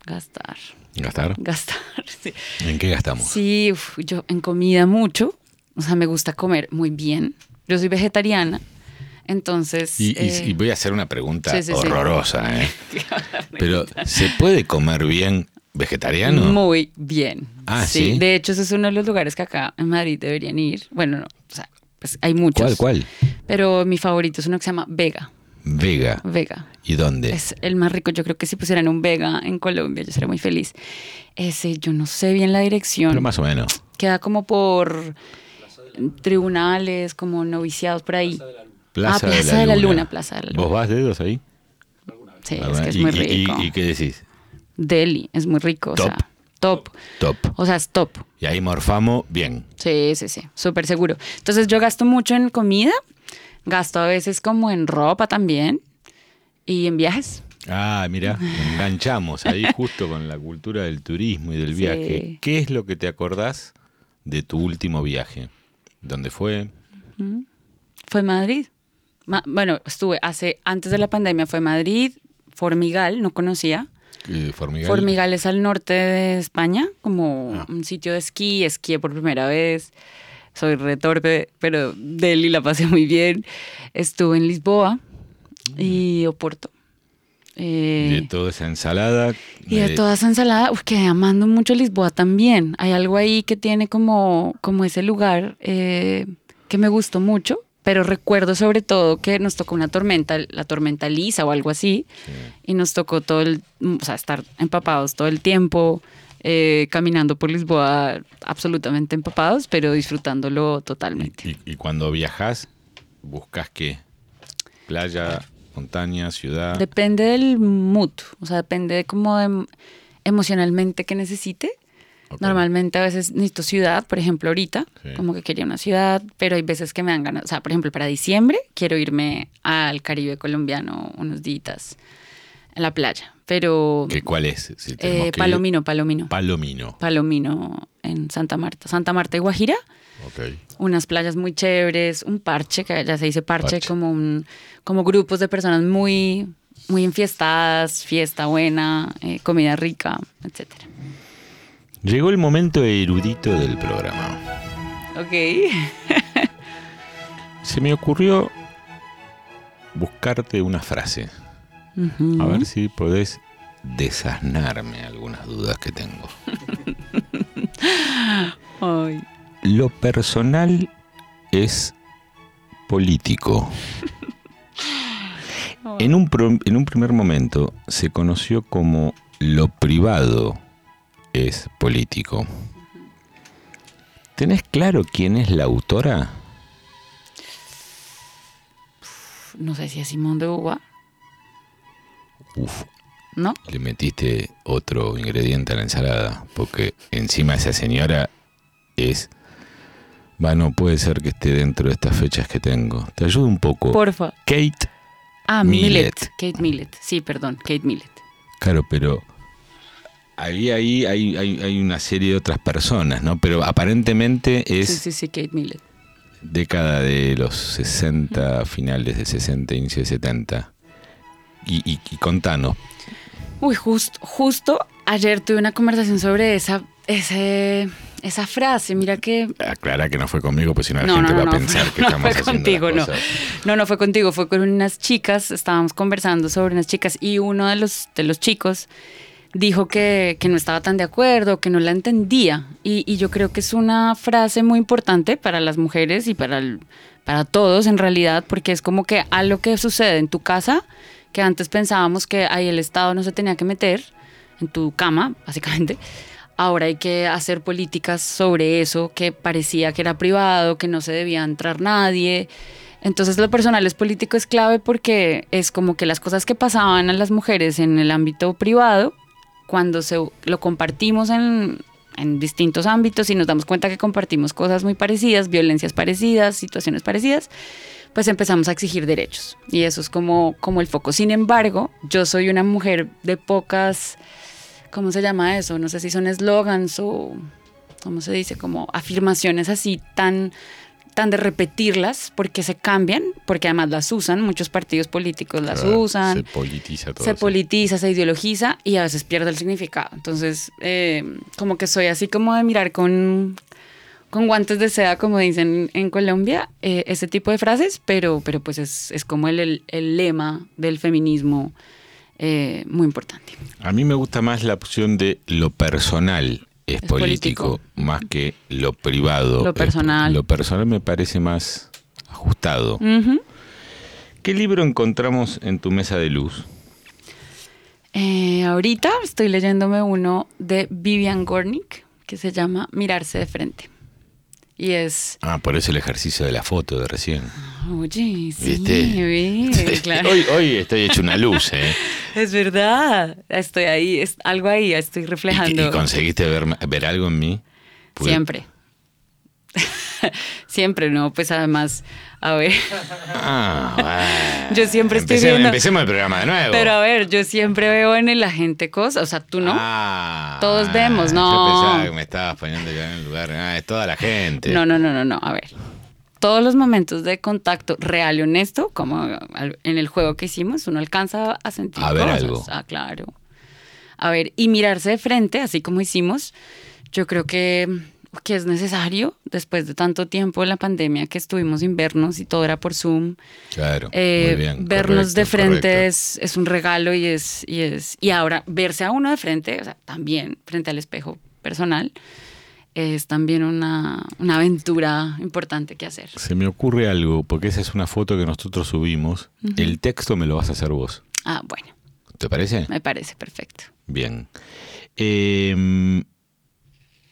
B: Gastar,
A: ¿Gastar?
B: gastar. Sí,
A: ¿En qué gastamos?
B: Sí, uf, yo en comida mucho, o sea, me gusta comer muy bien. Yo soy vegetariana, entonces...
A: Y, y-
B: eh,
A: y voy a hacer una pregunta
B: sí, sí, sí.
A: horrorosa, ¿eh? Pero, ¿se puede comer bien vegetariano?
B: Muy bien.
A: Ah, ¿sí?
B: De hecho, ese es uno de los lugares que acá en Madrid deberían ir. Bueno, no, o sea, pues hay muchos.
A: ¿Cuál, cuál?
B: Pero mi favorito es uno que se llama Vega.
A: Vega.
B: Vega.
A: ¿Y dónde?
B: Es el más rico. Yo creo que si pusieran un Vega en Colombia, yo sería muy feliz. Ese, yo no sé bien la dirección.
A: Pero más o menos.
B: queda como por tribunales, como noviciados por ahí.
A: Plaza,
B: Ah, Plaza de la Luna, Plaza de la Luna.
A: ¿Vos vas dedos ahí?
B: Sí,
A: A
B: es
A: ver,
B: que es
A: y-
B: muy
A: Ah, y- y-
B: rico.
A: ¿Y, qué decís?
B: Delhi, es muy rico.
A: Top.
B: O sea, top.
A: Top.
B: O sea, es top.
A: Y ahí morfamos bien.
B: Sí, sí, sí. Súper seguro. Entonces yo gasto mucho en comida, gasto a veces como en ropa también y en viajes.
A: Ah, mira, enganchamos ahí justo con la cultura del turismo y del
B: Sí.
A: viaje. ¿Qué es lo que te acordás de tu último viaje? ¿Dónde fue?
B: Fue Madrid. Ma- bueno, estuve hace, antes de la pandemia fue Madrid, Formigal, no conocía.
A: Eh, Formigal.
B: Formigal es al norte de España, como
A: Ah.
B: un sitio de esquí, esquié por primera vez. Soy retorpe, pero Delhi la pasé muy bien. Estuve en Lisboa y Oporto.
A: Y
B: Eh,
A: de toda esa ensalada.
B: y de
A: eh,
B: toda esa ensalada, uf, quedé amando mucho Lisboa también. Hay algo ahí que tiene como, como ese lugar eh, que me gustó mucho, pero recuerdo sobre todo que nos tocó una tormenta, la tormenta lisa o algo así, y nos tocó todo el, o sea, estar empapados todo el tiempo, eh, caminando por Lisboa absolutamente empapados, pero disfrutándolo totalmente.
A: y, y cuando viajas, buscas qué? Playa, montaña, ciudad.
B: Depende del mood, o sea, depende de cómo em- emocionalmente que necesite.
A: Ok.
B: Normalmente a veces necesito ciudad, por ejemplo, ahorita,
A: Sí.
B: como que quería una ciudad, pero hay veces que me dan ganas, o sea, por ejemplo, para diciembre quiero irme al Caribe colombiano unos días a la playa, pero
A: ¿Qué- ¿Cuál es? Si tenemos
B: eh,
A: que ir-
B: Palomino, Palomino,
A: Palomino.
B: Palomino en Santa Marta, Santa Marta y Guajira,
A: Ok.
B: unas playas muy chéveres, un parche, que ya se dice parche,
A: Parche.
B: Como, un, como grupos de personas muy, muy enfiestadas, fiesta buena, eh, comida rica, etcétera.
A: Llegó el momento erudito del programa.
B: Ok.
A: Se me ocurrió buscarte una frase. A ver si podés desasnarme algunas dudas que tengo.
B: Ay.
A: Lo personal es político. En un, pro- en un primer momento se conoció como lo privado es político. ¿Tenés claro quién es la autora?
B: No sé si es Simón de Uva,
A: Uf,
B: ¿no?
A: le metiste otro ingrediente a la ensalada, porque encima esa señora es... Va, no puede ser que esté dentro de estas fechas que tengo. Te ayudo un poco.
B: Porfa.
A: Kate
B: Ah,
A: Oh. Millet.
B: Millet. Kate Millet. Sí, perdón, Kate Millet.
A: Claro, pero ahí, ahí hay, hay, hay una serie de otras personas, ¿no? Pero aparentemente es
B: Sí, sí, sí, Kate Millet.
A: década de los 60, finales de 60, inicio de 70. Y, y- y contanos,
B: Uy, justo, justo ayer tuve una conversación sobre esa, ese, esa frase. Mira que
A: aclara que no fue conmigo, pues si no la
B: No,
A: gente
B: no,
A: va
B: no,
A: a pensar
B: no,
A: que
B: no
A: estamos
B: fue
A: haciendo las
B: contigo, no.
A: cosas.
B: No, no fue contigo, fue con unas chicas, estábamos conversando sobre unas chicas y uno de los, de los chicos dijo que, que no estaba tan de acuerdo, que no la entendía. Y, y yo creo que es una frase muy importante para las mujeres y para, el- para todos en realidad, porque es como que a lo que sucede en tu casa, que antes pensábamos que ahí el Estado no se tenía que meter, en tu cama, básicamente. Ahora hay que hacer políticas sobre eso que parecía que era privado, que no se debía entrar nadie. Entonces lo personal es político es clave porque es como que las cosas que pasaban a las mujeres en el ámbito privado, cuando se lo compartimos en, en distintos ámbitos y nos damos cuenta que compartimos cosas muy parecidas, violencias parecidas, situaciones parecidas, pues empezamos a exigir derechos. Y eso es como, como el foco. Sin embargo, yo soy una mujer de pocas... ¿cómo se llama eso? No sé si son eslogans o, ¿cómo se dice? Como afirmaciones así tan, tan de repetirlas porque se cambian, porque además las usan, muchos partidos políticos las
A: Claro,
B: usan
A: Se politiza todo.
B: se
A: eso.
B: politiza, se ideologiza y a veces pierde el significado. Entonces, eh, como que soy así como de mirar con, con guantes de seda, como dicen en Colombia, eh, ese tipo de frases, pero, pero pues es, es como el, el- el lema del feminismo eh, muy importante.
A: A mí me gusta más la opción de lo personal es,
B: Es
A: político,
B: político.
A: más que lo privado.
B: Lo
A: es-
B: personal.
A: lo personal me parece más ajustado.
B: Ujú.
A: ¿Qué libro encontramos en tu mesa de luz?
B: Eh, ahorita estoy leyéndome uno de Vivian Gornick que se llama Mirarse de frente. Y es,
A: Ah, por eso el ejercicio de la foto de recién.
B: oye, Ah, sí,
A: ¿Viste?
B: ve, claro.
A: hoy, hoy estoy hecho una luz, ¿eh?
B: Es verdad. Estoy ahí, es algo ahí, estoy
A: ¿Y,
B: reflejando.
A: y conseguiste ver, ver algo en mí? Pues, Pude-
B: Siempre. siempre, ¿no? Pues además, a ver.
A: Ah, bueno.
B: Yo siempre estoy
A: Empecemos-
B: viendo-
A: Empecemos el programa de nuevo.
B: Pero a ver, yo siempre veo en la gente cosas. O sea, tú no.
A: Ah,
B: Todos vemos, no.
A: Yo pensaba que me estabas poniendo ya en el lugar. Ah, es toda la gente.
B: No, no, no, no, no. A ver. Todos los momentos de contacto real y honesto, como al- en el juego que hicimos, uno alcanza a sentir
A: A ver
B: cosas.
A: algo.
B: Ah, claro. A ver, y mirarse de frente, así como hicimos, yo creo que, que es necesario después de tanto tiempo en la pandemia que estuvimos sin vernos y todo era por Zoom.
A: Claro.
B: Eh,
A: muy bien,
B: vernos
A: correcto,
B: de frente
A: correcto.
B: es, es un regalo y es, y es. Y ahora, verse a uno de frente, o sea, también frente al espejo personal, es también una, una aventura importante que hacer.
A: Se me ocurre algo, porque esa es una foto que nosotros subimos. El texto me lo vas a hacer vos.
B: Ah, bueno,
A: ¿Te parece?
B: me parece perfecto.
A: Bien. Eh,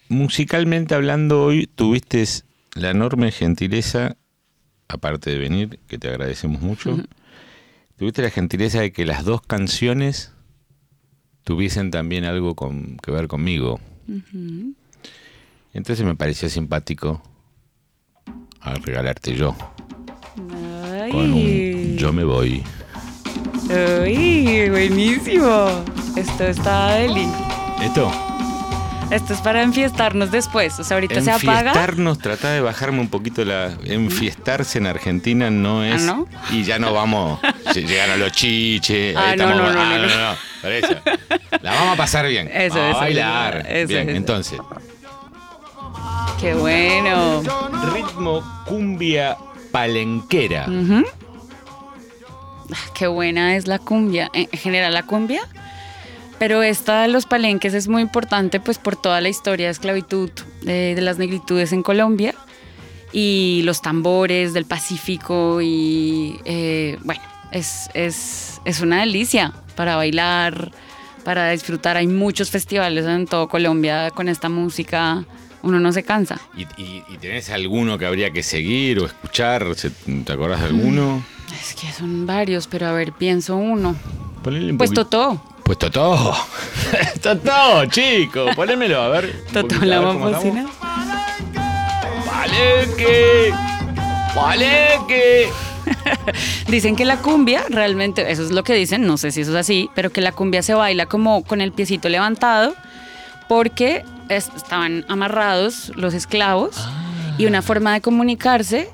A: musicalmente hablando, hoy tuviste la enorme gentileza, aparte de venir, que te agradecemos mucho, tuviste la gentileza de que las dos canciones tuviesen también algo con- que ver conmigo. Entonces me pareció simpático a regalarte yo con un yo me voy.
B: ¡Ay! ¡Buenísimo! Esto está deli.
A: Esto,
B: Esto es para enfiestarnos después. O sea, ahorita se apaga.
A: Enfiestarnos, trata de bajarme un poquito la. Enfiestarse en Argentina no es.
B: ¿Ah, ¿no?
A: Y ya no vamos. Lle- Llegaron los chiches, ahí
B: Ah, no,
A: estamos-
B: no, no,
A: ah,
B: no, no.
A: no, no, por eso. La vamos a pasar bien.
B: Eso,
A: vamos
B: eso,
A: a bailar.
B: eso,
A: bien,
B: eso.
A: entonces.
B: Qué bueno.
A: Ritmo cumbia palenquera.
B: Ujú. Ah, Qué buena es la cumbia, en general la cumbia. Pero esta de los palenques es muy importante pues por toda la historia de esclavitud eh, de las negritudes en Colombia y los tambores del Pacífico y eh, bueno, es, es, es una delicia para bailar, para disfrutar. Hay muchos festivales en todo Colombia con esta música, uno no se cansa.
A: ¿Y, y, y tenés alguno que habría que seguir o escuchar? ¿Se- ¿Te acordás de alguno?
B: Es que son varios, pero a ver, pienso uno.
A: Ponele un
B: Pues
A: poquito-
B: Totó.
A: Pues Totó. Totó, chico. Ponémelo, a ver. un
B: Totó
A: poquito, a
B: la
A: ver cómo estamos.
B: bambocina.
A: Palenque. Palenque.
B: Dicen que la cumbia realmente, eso es lo que dicen, no sé si eso es así, pero que la cumbia se baila como con el piecito levantado porque es- estaban amarrados los esclavos
A: Ah.
B: y una forma de comunicarse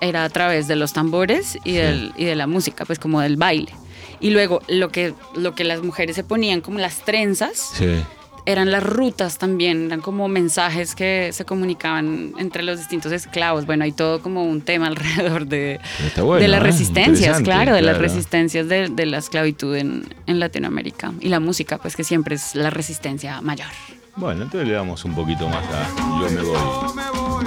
B: era a través de los tambores y, del- y de la música, pues como del baile. Y luego lo que, lo que las mujeres se ponían como las trenzas,
A: Sí.
B: eran las rutas también, eran como mensajes que se comunicaban entre los distintos esclavos. Bueno, hay todo como un tema alrededor de,
A: Está bueno,
B: de las
A: ¿eh?
B: resistencias,
A: Interesante,
B: claro, de las
A: claro.
B: resistencias de, de la esclavitud en, en Latinoamérica. Y la música, pues que siempre es la resistencia mayor.
A: Bueno, entonces le damos un poquito más a Yo me voy.
D: me voy, yo me voy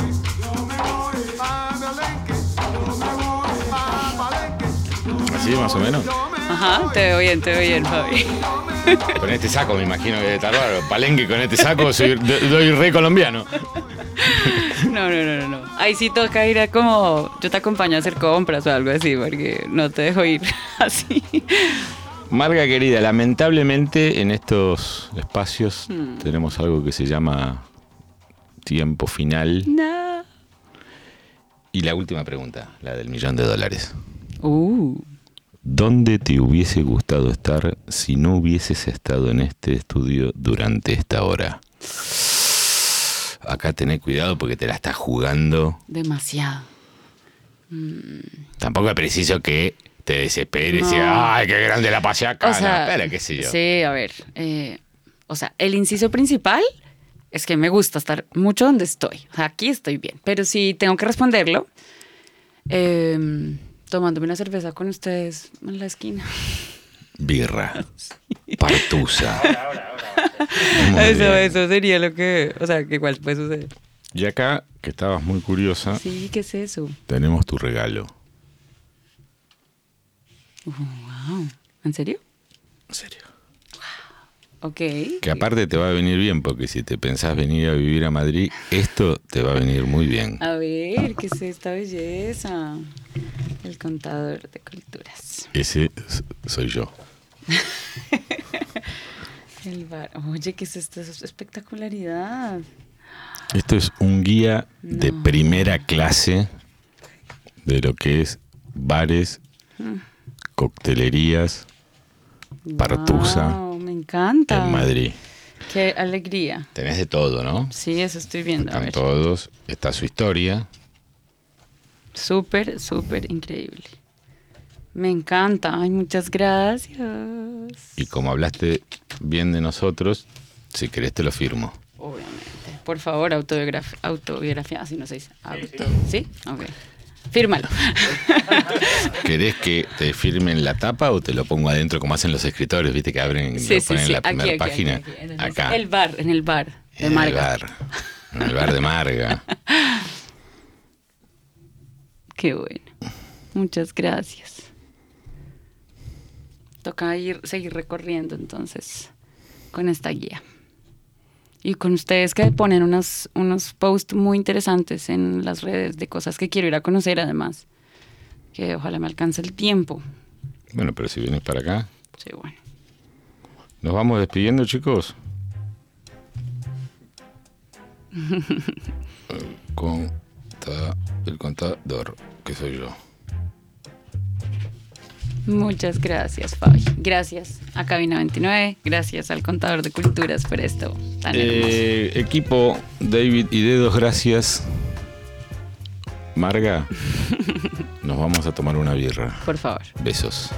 D: pa' Palenque, yo me voy pa' Palenque,
A: Así más o menos.
D: yo me
B: Ajá, te veo bien, te veo bien, Fabi.
A: Con este saco me imagino que debe estar bárbaro. Palenque con este saco soy, do- doy re colombiano.
B: No, no, no, no, no. Ahí sí toca ir a como, yo te acompaño a hacer compras o algo así, porque no te dejo ir así.
A: Marga querida, lamentablemente en estos espacios tenemos algo que se llama tiempo final.
B: No.
A: Y la última pregunta, la del millón de dólares.
B: Uh.
A: ¿Dónde te hubiese gustado estar si no hubieses estado en este estudio durante esta hora? Acá tenés cuidado porque te la estás jugando.
B: Demasiado.
A: Tampoco es preciso que te desesperes y
B: No.
A: ¡ay, qué grande la payaca!
B: O sea,
A: espera, qué sé yo.
B: Sí, a ver. eh, o sea, el inciso principal es que me gusta estar mucho donde estoy. O sea, aquí estoy bien. Pero si tengo que responderlo, eh, tomándome una cerveza con ustedes en la esquina.
A: Birra. Partusa. Muy
B: Eso,
A: bien.
B: eso sería lo que. O sea, que igual puede suceder.
A: Y acá, que estabas muy curiosa,
B: Sí, ¿qué es eso?
A: tenemos tu regalo.
B: Wow. ¿En serio?
A: En serio.
B: Ok.
A: Que aparte te va a venir bien, porque si te pensás venir a vivir a Madrid, esto te va a venir muy bien.
B: A ver, ¿qué es esta belleza? El contador de culturas.
A: Ese s- soy yo.
B: El bar. Oye, ¿qué es esta espectacularidad?
A: Esto es un guía de primera clase de lo que es bares,
B: Mm.
A: coctelerías Partusa.
B: Wow, me encanta.
A: en Madrid.
B: Qué alegría.
A: Tenés de todo, ¿no?
B: Sí, eso estoy viendo. a
A: Están
B: ver.
A: todos, está su historia.
B: Súper, súper increíble. Me encanta. Ay, muchas gracias.
A: Y como hablaste bien de nosotros, si querés te lo firmo.
B: Obviamente. Por favor, autobiograf autobiografía. Así no se dice. Auto. ¿Sí? Ok. Fírmalo.
A: ¿Querés que te firmen la tapa o te lo pongo adentro como hacen los escritores? Viste que abren y
B: sí,
A: lo
B: sí,
A: ponen
B: sí.
A: en la
B: Aquí,
A: primera
B: aquí,
A: página.
B: aquí, aquí, en el-
A: Acá.
B: El bar, en el bar. De
A: en el
B: Marga.
A: bar. En el bar de Marga.
B: Qué bueno. Muchas gracias. Toca ir, seguir recorriendo entonces con esta guía. Y con ustedes que ponen unos, unos posts muy interesantes en las redes de cosas que quiero ir a conocer además. Que ojalá me alcance el tiempo.
A: Bueno, pero si vienes para acá,
B: Sí, bueno.
A: nos vamos despidiendo, chicos. El conta- el contador, que soy yo.
B: Muchas gracias, Fabi. Gracias a Cabina 29. Gracias al Contador de Culturas por esto tan hermoso.
A: Eh, equipo, David y Dedos, gracias. Marga, nos vamos a tomar una birra.
B: Por favor.
A: Besos.